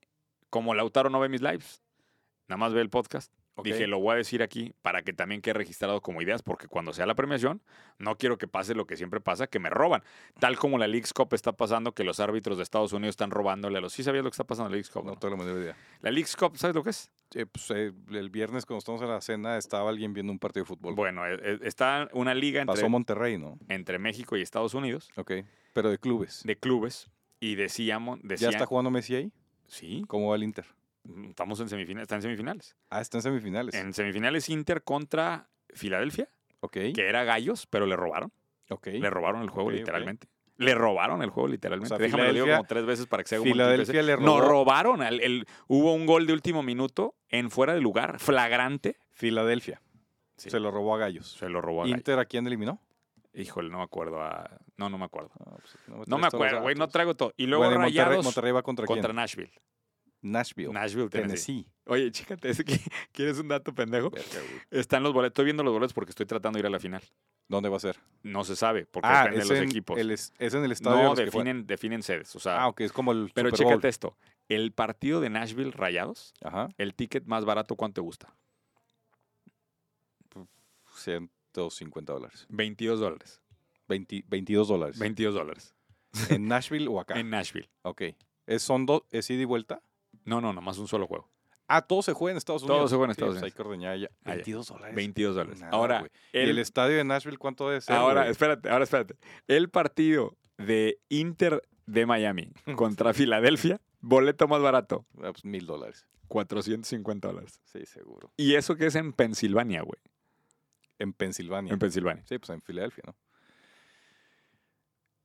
S1: como Lautaro no ve mis lives, nada más ve el podcast,
S2: Ok.
S1: Dije, lo voy a decir aquí para que también quede registrado como ideas, porque cuando sea la premiación, no quiero que pase lo que siempre pasa, que me roban. Tal como la Leagues Cup está pasando, que los árbitros de Estados Unidos están robándole a los... ¿Sí sabías lo que está pasando en la Leagues Cup?
S2: No
S1: no?
S2: tengo la menor idea.
S1: La Leagues Cup, ¿sabes lo que es?
S2: Eh, pues, eh, el viernes cuando estamos en la cena estaba alguien viendo un partido de fútbol.
S1: Bueno, e- e- está una liga entre,
S2: Pasó Monterrey, ¿no?
S1: entre México y Estados Unidos
S2: Ok. Pero de clubes.
S1: de clubes y decíamos...
S2: ¿Ya
S1: Decían,
S2: está jugando Messi ahí?
S1: Sí,
S2: ¿Cómo va el Inter?
S1: estamos en semifinales, está en semifinales.
S2: Ah, está en semifinales.
S1: En semifinales Inter contra Filadelfia,
S2: Ok.
S1: que era Gallos, pero le robaron.
S2: Ok.
S1: Le robaron el juego
S2: Ok, ok.
S1: literalmente. Le robaron el juego literalmente.
S2: O sea,
S1: Déjame lo digo
S2: Filadelfia-
S1: como tres veces para que se haga un montón de
S2: Filadelfia le
S1: veces. No
S2: robó-
S1: robaron. al- el- hubo un gol de último minuto en fuera de lugar, flagrante.
S2: Filadelfia.
S1: Sí.
S2: Se lo robó a Gallos.
S1: Se lo robó a Gallos.
S2: ¿Inter a quién eliminó?
S1: Híjole, no me acuerdo. a- No, no me acuerdo.
S2: Ah, pues, no,
S1: No me
S2: traes todos los
S1: acuerdo, güey. No
S2: datos.
S1: traigo todo. Y luego
S2: Bueno, y Monterrey-
S1: Rayados
S2: Monterrey va contra,
S1: contra
S2: quién?
S1: Nashville.
S2: Nashville.
S1: Nashville, Tennessee.
S2: Tennessee.
S1: Oye, chécate, es que- <laughs> ¿quieres un dato pendejo?
S2: Verga, güey.
S1: Están los boletos. Estoy viendo los boletos porque estoy tratando de ir a la final.
S2: ¿Dónde va a ser?
S1: No se sabe, porque depende de los
S2: en
S1: equipos.
S2: el Ah, es- es en el estadio. de
S1: No
S2: los que juegan.
S1: definen, definen sedes. O sea,
S2: Ah, ok, es como el
S1: Pero
S2: Super Bowl.
S1: chécate esto. El partido de Nashville Rayados,
S2: Ajá.
S1: el ticket más barato, ¿cuánto te gusta?
S2: 150 dólares.
S1: 22 dólares.
S2: 20 22 dólares.
S1: 22 dólares.
S2: <laughs> ¿En Nashville o acá?
S1: En Nashville.
S2: Ok. ¿Es, son dos ¿Es ida y vuelta?
S1: No, no, nomás un solo juego.
S2: Ah, todo se juega en Estados
S1: Todo
S2: Unidos.
S1: se juega en
S2: Sí,
S1: Estados
S2: pues Hay
S1: Unidos.
S2: que ordeñar ya.
S1: Ah, ya.
S2: 22 dólares.
S1: 22 dólares.
S2: Nada,
S1: Ahora,
S2: güey. ¿Y
S1: el,
S2: el estadio de Nashville cuánto debe ser?
S1: ahora,
S2: güey?
S1: espérate, ahora espérate. El partido de Inter de
S2: <laughs>
S1: Miami contra Filadelfia, boleto más barato,
S2: Ah, pues, mil dólares.
S1: 450 dólares.
S2: Sí, seguro.
S1: Y eso que es en Pensilvania, güey.
S2: En Pensilvania.
S1: En Pensilvania.
S2: sí, pues en Filadelfia, ¿no?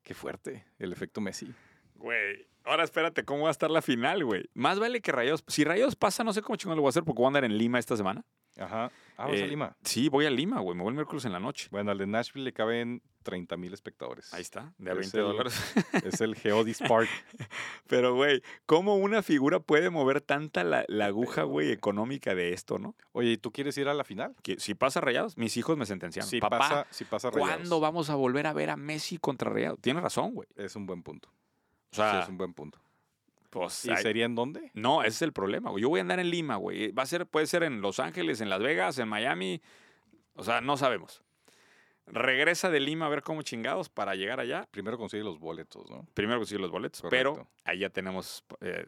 S2: Qué fuerte el efecto Messi.
S1: Güey, ahora espérate, ¿cómo va a estar la final, güey? Más vale que Rayados. Si Rayados pasa, no sé cómo chingón lo voy a hacer porque voy a andar en Lima esta semana.
S2: Ajá. Ah, vas a
S1: Eh,
S2: Lima.
S1: Sí, voy a Lima, güey. Me voy el miércoles en la noche.
S2: Bueno, al de Nashville le caben 30 mil espectadores.
S1: Ahí está, de a
S2: Es
S1: 20
S2: el-
S1: dólares. <laughs>
S2: Es el Geodis Park.
S1: Pero, güey, ¿cómo una figura puede mover tanta la, la aguja, güey, económica de esto, no?
S2: Oye, ¿y tú quieres ir a la final?
S1: Que si pasa Rayados, mis hijos me sentenciaron.
S2: Si
S1: Papá,
S2: pasa, si pasa Rayados.
S1: ¿cuándo vamos a volver a ver a Messi contra Rayados? Tienes razón, güey.
S2: Es un buen punto.
S1: O sea,
S2: sí, es un buen punto.
S1: pues,
S2: ¿Y
S1: ay,
S2: sería en dónde?
S1: no, ese es el problema, güey. Yo voy a andar en Lima, güey. Va a ser, puede ser en Los Ángeles, en Las Vegas, en Miami. O sea, no sabemos. Regresa de Lima a ver cómo chingados para llegar allá.
S2: Primero consigue los boletos, ¿no?
S1: primero conseguir los boletos, pero
S2: Correcto.
S1: ahí ya tenemos, eh,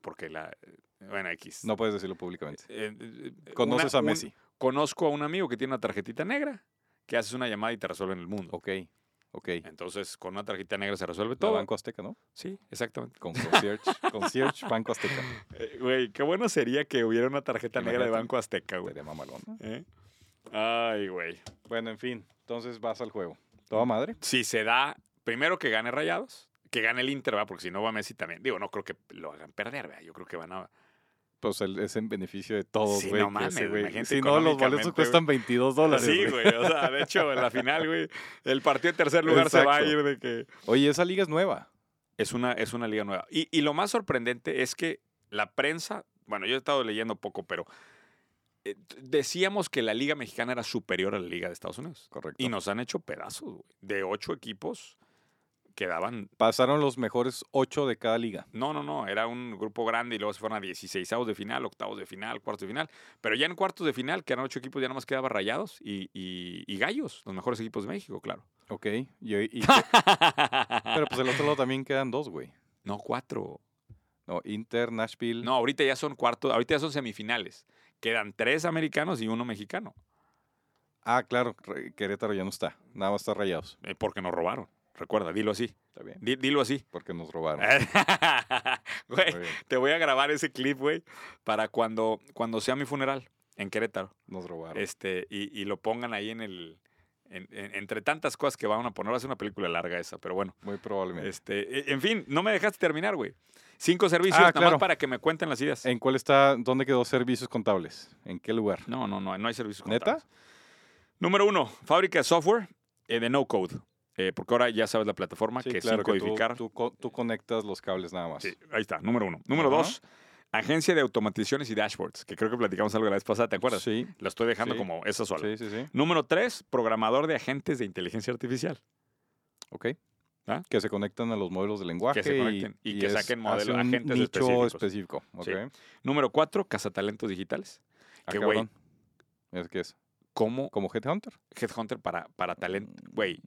S1: porque la, bueno, X.
S2: No puedes decirlo públicamente.
S1: Eh, eh,
S2: Conoces
S1: una-
S2: a
S1: un-
S2: Messi.
S1: conozco a un amigo que tiene una tarjetita negra, que haces una llamada y te resuelven el mundo.
S2: Ok, ok.
S1: Entonces, con una tarjeta negra se resuelve
S2: La
S1: todo.
S2: Banco Azteca, ¿no?
S1: Sí, exactamente.
S2: Con
S1: <laughs>
S2: Concierge. concierge, Banco Azteca.
S1: Eh, Güey, qué bueno sería que hubiera una tarjeta negra de
S2: Imagínate.
S1: Banco Azteca, güey.
S2: Sería mamalón. ¿no?
S1: ¿Eh? Ay, güey.
S2: Bueno, en fin. Entonces vas al juego. ¿Toda madre?
S1: Si se da, primero que gane Rayados, que gane el Inter, ¿va? porque si no va Messi también. Digo, no creo que lo hagan perder, ¿verdad? Yo creo que van a,
S2: Pues el- es en beneficio de todos,
S1: Sí,
S2: güey.
S1: no
S2: que ese,
S1: mames,
S2: güey.
S1: imagínate
S2: Si no, los boletos
S1: económicamente,
S2: cuestan 22 dólares.
S1: Sí,
S2: güey.
S1: güey. O sea, de hecho, en la final, güey, el partido de tercer lugar se va a
S2: Exacto.
S1: ir de que.
S2: Oye, esa liga es nueva.
S1: Es una, es una liga nueva. Y, y lo más sorprendente es que la prensa, bueno, yo he estado leyendo poco, pero eh, t- decíamos que la liga mexicana era superior a la liga de Estados Unidos.
S2: Correcto.
S1: Y nos han hecho pedazos, güey. De ocho equipos quedaban.
S2: Pasaron los mejores 8 de cada liga.
S1: No, no, no. Era un grupo grande y luego se fueron a 16 de final, octavos de final, cuartos de final. Pero ya en cuartos de final, que eran ocho equipos, ya nada más quedaba Rayados y, y- y Gallos, los mejores equipos de México, claro.
S2: Ok. y-
S1: <laughs>
S2: y- pero pues el otro lado también quedan dos, güey.
S1: No, cuatro.
S2: No, Inter, Nashville.
S1: No, ahorita ya son cuartos, ahorita ya son semifinales. Quedan tres americanos y uno mexicano,
S2: Ah, claro, Re- Querétaro ya no está. Nada más está rayados.
S1: eh, porque nos robaron. Recuerda, dilo así,
S2: Está bien.
S1: di- dilo así. <laughs>
S2: Porque nos robaron. Muy
S1: Eh, Güey,
S2: bien,
S1: te voy a grabar ese clip, güey, para cuando, cuando sea mi funeral en Querétaro.
S2: Nos robaron.
S1: Este, y, y lo pongan ahí en el... en- en- entre tantas cosas que van a poner, va a ser una película larga esa, pero bueno.
S2: Muy probablemente.
S1: Este, e- en fin, no me dejaste terminar, güey. Cinco servicios,
S2: Ah,
S1: nada más
S2: claro.
S1: para que me cuenten las ideas.
S2: ¿En cuál está? ¿Dónde quedó servicios contables? ¿En qué lugar?
S1: No, no, no, no hay servicios
S2: ¿Neta?
S1: contables. Número uno, fábrica de software eh, de no code. Eh, porque ahora ya sabes la plataforma que es sin
S2: que tú-
S1: codificar.
S2: Tú, co- tú conectas los cables nada más.
S1: Sí, ahí está, número uno. Número
S2: Ajá.
S1: dos, agencia de automatizaciones y dashboards, que creo que platicamos algo la vez pasada, ¿te acuerdas?
S2: Sí,
S1: La estoy dejando
S2: Sí.
S1: como esa sola.
S2: sí, sí, sí.
S1: Número tres, programador de agentes de inteligencia artificial.
S2: Ok.
S1: ¿Ah?
S2: Que se conectan a los modelos de lenguaje.
S1: se conecten y que
S2: es-
S1: saquen modelos,
S2: hace un
S1: agentes
S2: nicho
S1: específicos.
S2: específico. ok.
S1: Sí. Número cuatro, cazatalentos digitales.
S2: Ah,
S1: Que, güey,
S2: cabrón. ¿Es que es?
S1: como
S2: ¿Como Headhunter?
S1: Headhunter para, para talento. Güey,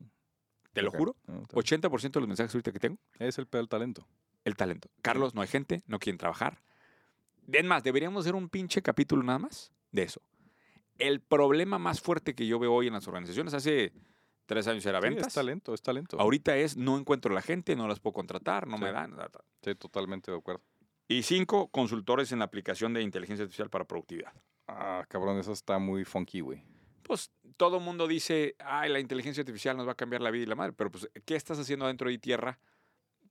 S1: te lo
S2: Mm, Ok.
S1: juro,
S2: No, está bien.
S1: 80% de los mensajes ahorita que tengo,
S2: Es el peor del talento.
S1: el talento. Carlos, no hay gente, no quieren trabajar. Es más, deberíamos hacer un pinche capítulo nada más de eso. El problema más fuerte que yo veo hoy en las organizaciones, hace tres años era
S2: Sí,
S1: ventas.
S2: es talento, es talento.
S1: Ahorita es, no encuentro la gente, no las puedo contratar, no
S2: Sí.
S1: me dan. ta, ta.
S2: Sí, totalmente de acuerdo.
S1: Y cinco, consultores en la aplicación de inteligencia artificial para productividad.
S2: Ah, cabrón, eso está muy funky, güey.
S1: Pues todo mundo dice, ay, la inteligencia artificial nos va a cambiar la vida y la madre, pero pues, ¿qué estás haciendo adentro de tierra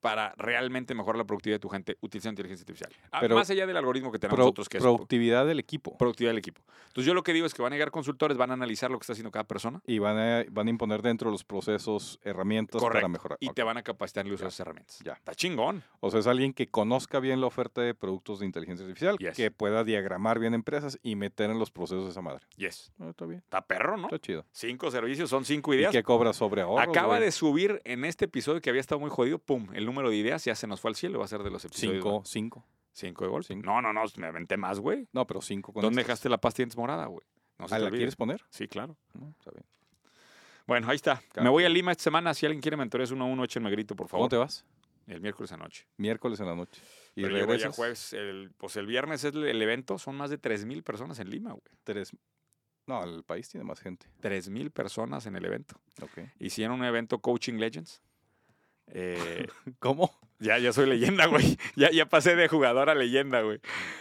S1: para realmente mejorar la productividad de tu gente utilizando inteligencia artificial? Ah,
S2: Pero-
S1: más allá del algoritmo que tenemos
S2: Pro-
S1: nosotros, que es pro-
S2: productividad del equipo.
S1: productividad del equipo. Entonces yo lo que digo es que van a llegar consultores, van a analizar lo que está haciendo cada persona
S2: y van a, van a imponer dentro de los procesos herramientas para
S1: Correcto.
S2: mejorar.
S1: y
S2: Ok.
S1: te van a capacitar en el uso
S2: Ya.
S1: de esas herramientas.
S2: Ya.
S1: Está chingón.
S2: O sea, es alguien que conozca bien la oferta de productos de inteligencia artificial,
S1: Yes.
S2: que pueda diagramar bien empresas y meter en los procesos esa madre.
S1: Yes.
S2: Ah, está bien,
S1: Está perro, ¿no?
S2: está chido.
S1: Cinco servicios, son cinco
S2: ¿Y
S1: ideas.
S2: que cobra sobre ahorros?
S1: Acaba
S2: güey?
S1: de subir en este episodio que había estado muy jodido, pum, el número de ideas ya se nos fue al cielo, va a ser de los episodios.
S2: Cinco, cinco.
S1: Cinco de golpe.
S2: Cinco.
S1: No, no, no, me aventé más, güey.
S2: No, pero cinco con
S1: ¿Dónde
S2: estas.
S1: dejaste la pasta de dientes morada, güey? No se
S2: ¿Ah,
S1: te
S2: la
S1: olvide.
S2: quieres poner?
S1: Sí, claro.
S2: No, está bien.
S1: Bueno, ahí está.
S2: Claro.
S1: Me voy a Lima esta semana. Si alguien quiere mentorías uno a uno, échenme grito, por
S2: ¿Cómo
S1: favor.
S2: te vas?
S1: El miércoles anoche.
S2: Miércoles en la noche. Y
S1: Pero yo voy a
S2: regresas
S1: jueves. El, pues el viernes es el, el evento. Son más de 3.000 personas en Lima, güey.
S2: tres. No, el país tiene más gente.
S1: 3.000 personas en el evento. <laughs>
S2: Ok.
S1: Hicieron un evento Coaching Legends.
S2: <laughs>
S1: Eh,
S2: ¿Cómo?
S1: ya, ya soy leyenda, güey. Ya, ya pasé de jugador a leyenda, güey.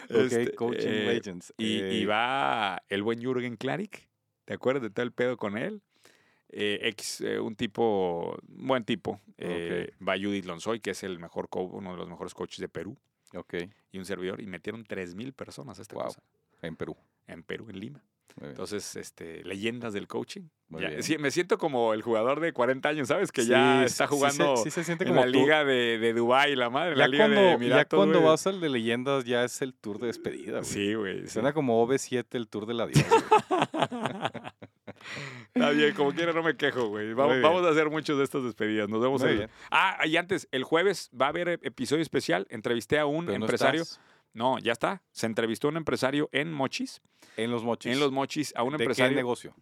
S1: Este,
S2: ok, Coaching
S1: eh,
S2: Legends.
S1: Y, y
S2: eh,
S1: va el buen Jürgen Klarik. ¿Te acuerdas de todo el pedo con él? Eh, ex, eh, un tipo, un buen tipo. Eh, Va Judith Lonsoy, que es el mejor co- uno de los mejores coaches de Perú.
S2: Ok,
S1: Y un servidor. Y metieron 3.000 personas a esta
S2: Guau.
S1: cosa.
S2: en Perú.
S1: En Perú, en Lima.
S2: Muy bien,
S1: Entonces, este, leyendas del coaching.
S2: muy
S1: Ya,
S2: bien.
S1: sí, me siento como el jugador de 40 años, ¿sabes? Que
S2: Sí,
S1: ya
S2: sí,
S1: está
S2: sí se-
S1: jugando
S2: sí se siente
S1: en
S2: como
S1: la
S2: tú.
S1: liga de, de Dubái, la madre. la
S2: Ya
S1: liga
S2: cuando,
S1: de
S2: ya
S1: Emiratos,
S2: cuando
S1: güey.
S2: vas al de leyendas, ya es el tour de despedida. güey.
S1: Sí, güey. sí.
S2: Suena como OV7, el tour de la diosa.
S1: <laughs>
S2: güey.
S1: Está bien, como quiera no me quejo, güey. Vamos,
S2: bien.
S1: vamos a hacer muchos de estas despedidas. Nos vemos
S2: Muy
S1: el-
S2: bien.
S1: Ah, y antes, el jueves va a haber eh, episodio especial. Entrevisté a un
S2: Pero no
S1: empresario.
S2: estás
S1: No, ya está. Se entrevistó a un empresario en Mochis.
S2: en los mochis.
S1: En los Mochis, a un
S2: ¿De qué
S1: empresario
S2: negocio?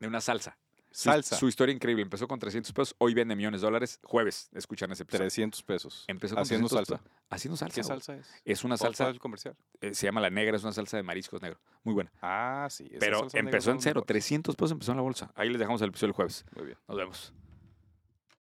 S1: de una salsa. Su-
S2: Salsa.
S1: Su, historia increíble. Empezó con 300 pesos, hoy vende millones de dólares. Jueves, escuchan ese episodio.
S2: 300 pesos.
S1: Empezó con
S2: Haciendo
S1: 300
S2: salsa.
S1: pesos. Haciendo salsa.
S2: ¿Qué
S1: güey.
S2: salsa es?
S1: Es una
S2: ¿Cuál
S1: salsa,
S2: es el comercial?
S1: eh, se llama La Negra, es una salsa de mariscos negro. Muy buena.
S2: Ah, sí. esa
S1: Pero
S2: salsa negra
S1: empezó
S2: son
S1: en
S2: los
S1: cero,
S2: mejores.
S1: 300 pesos empezó en la bolsa. Ahí les dejamos el episodio el jueves.
S2: Muy bien.
S1: Nos vemos.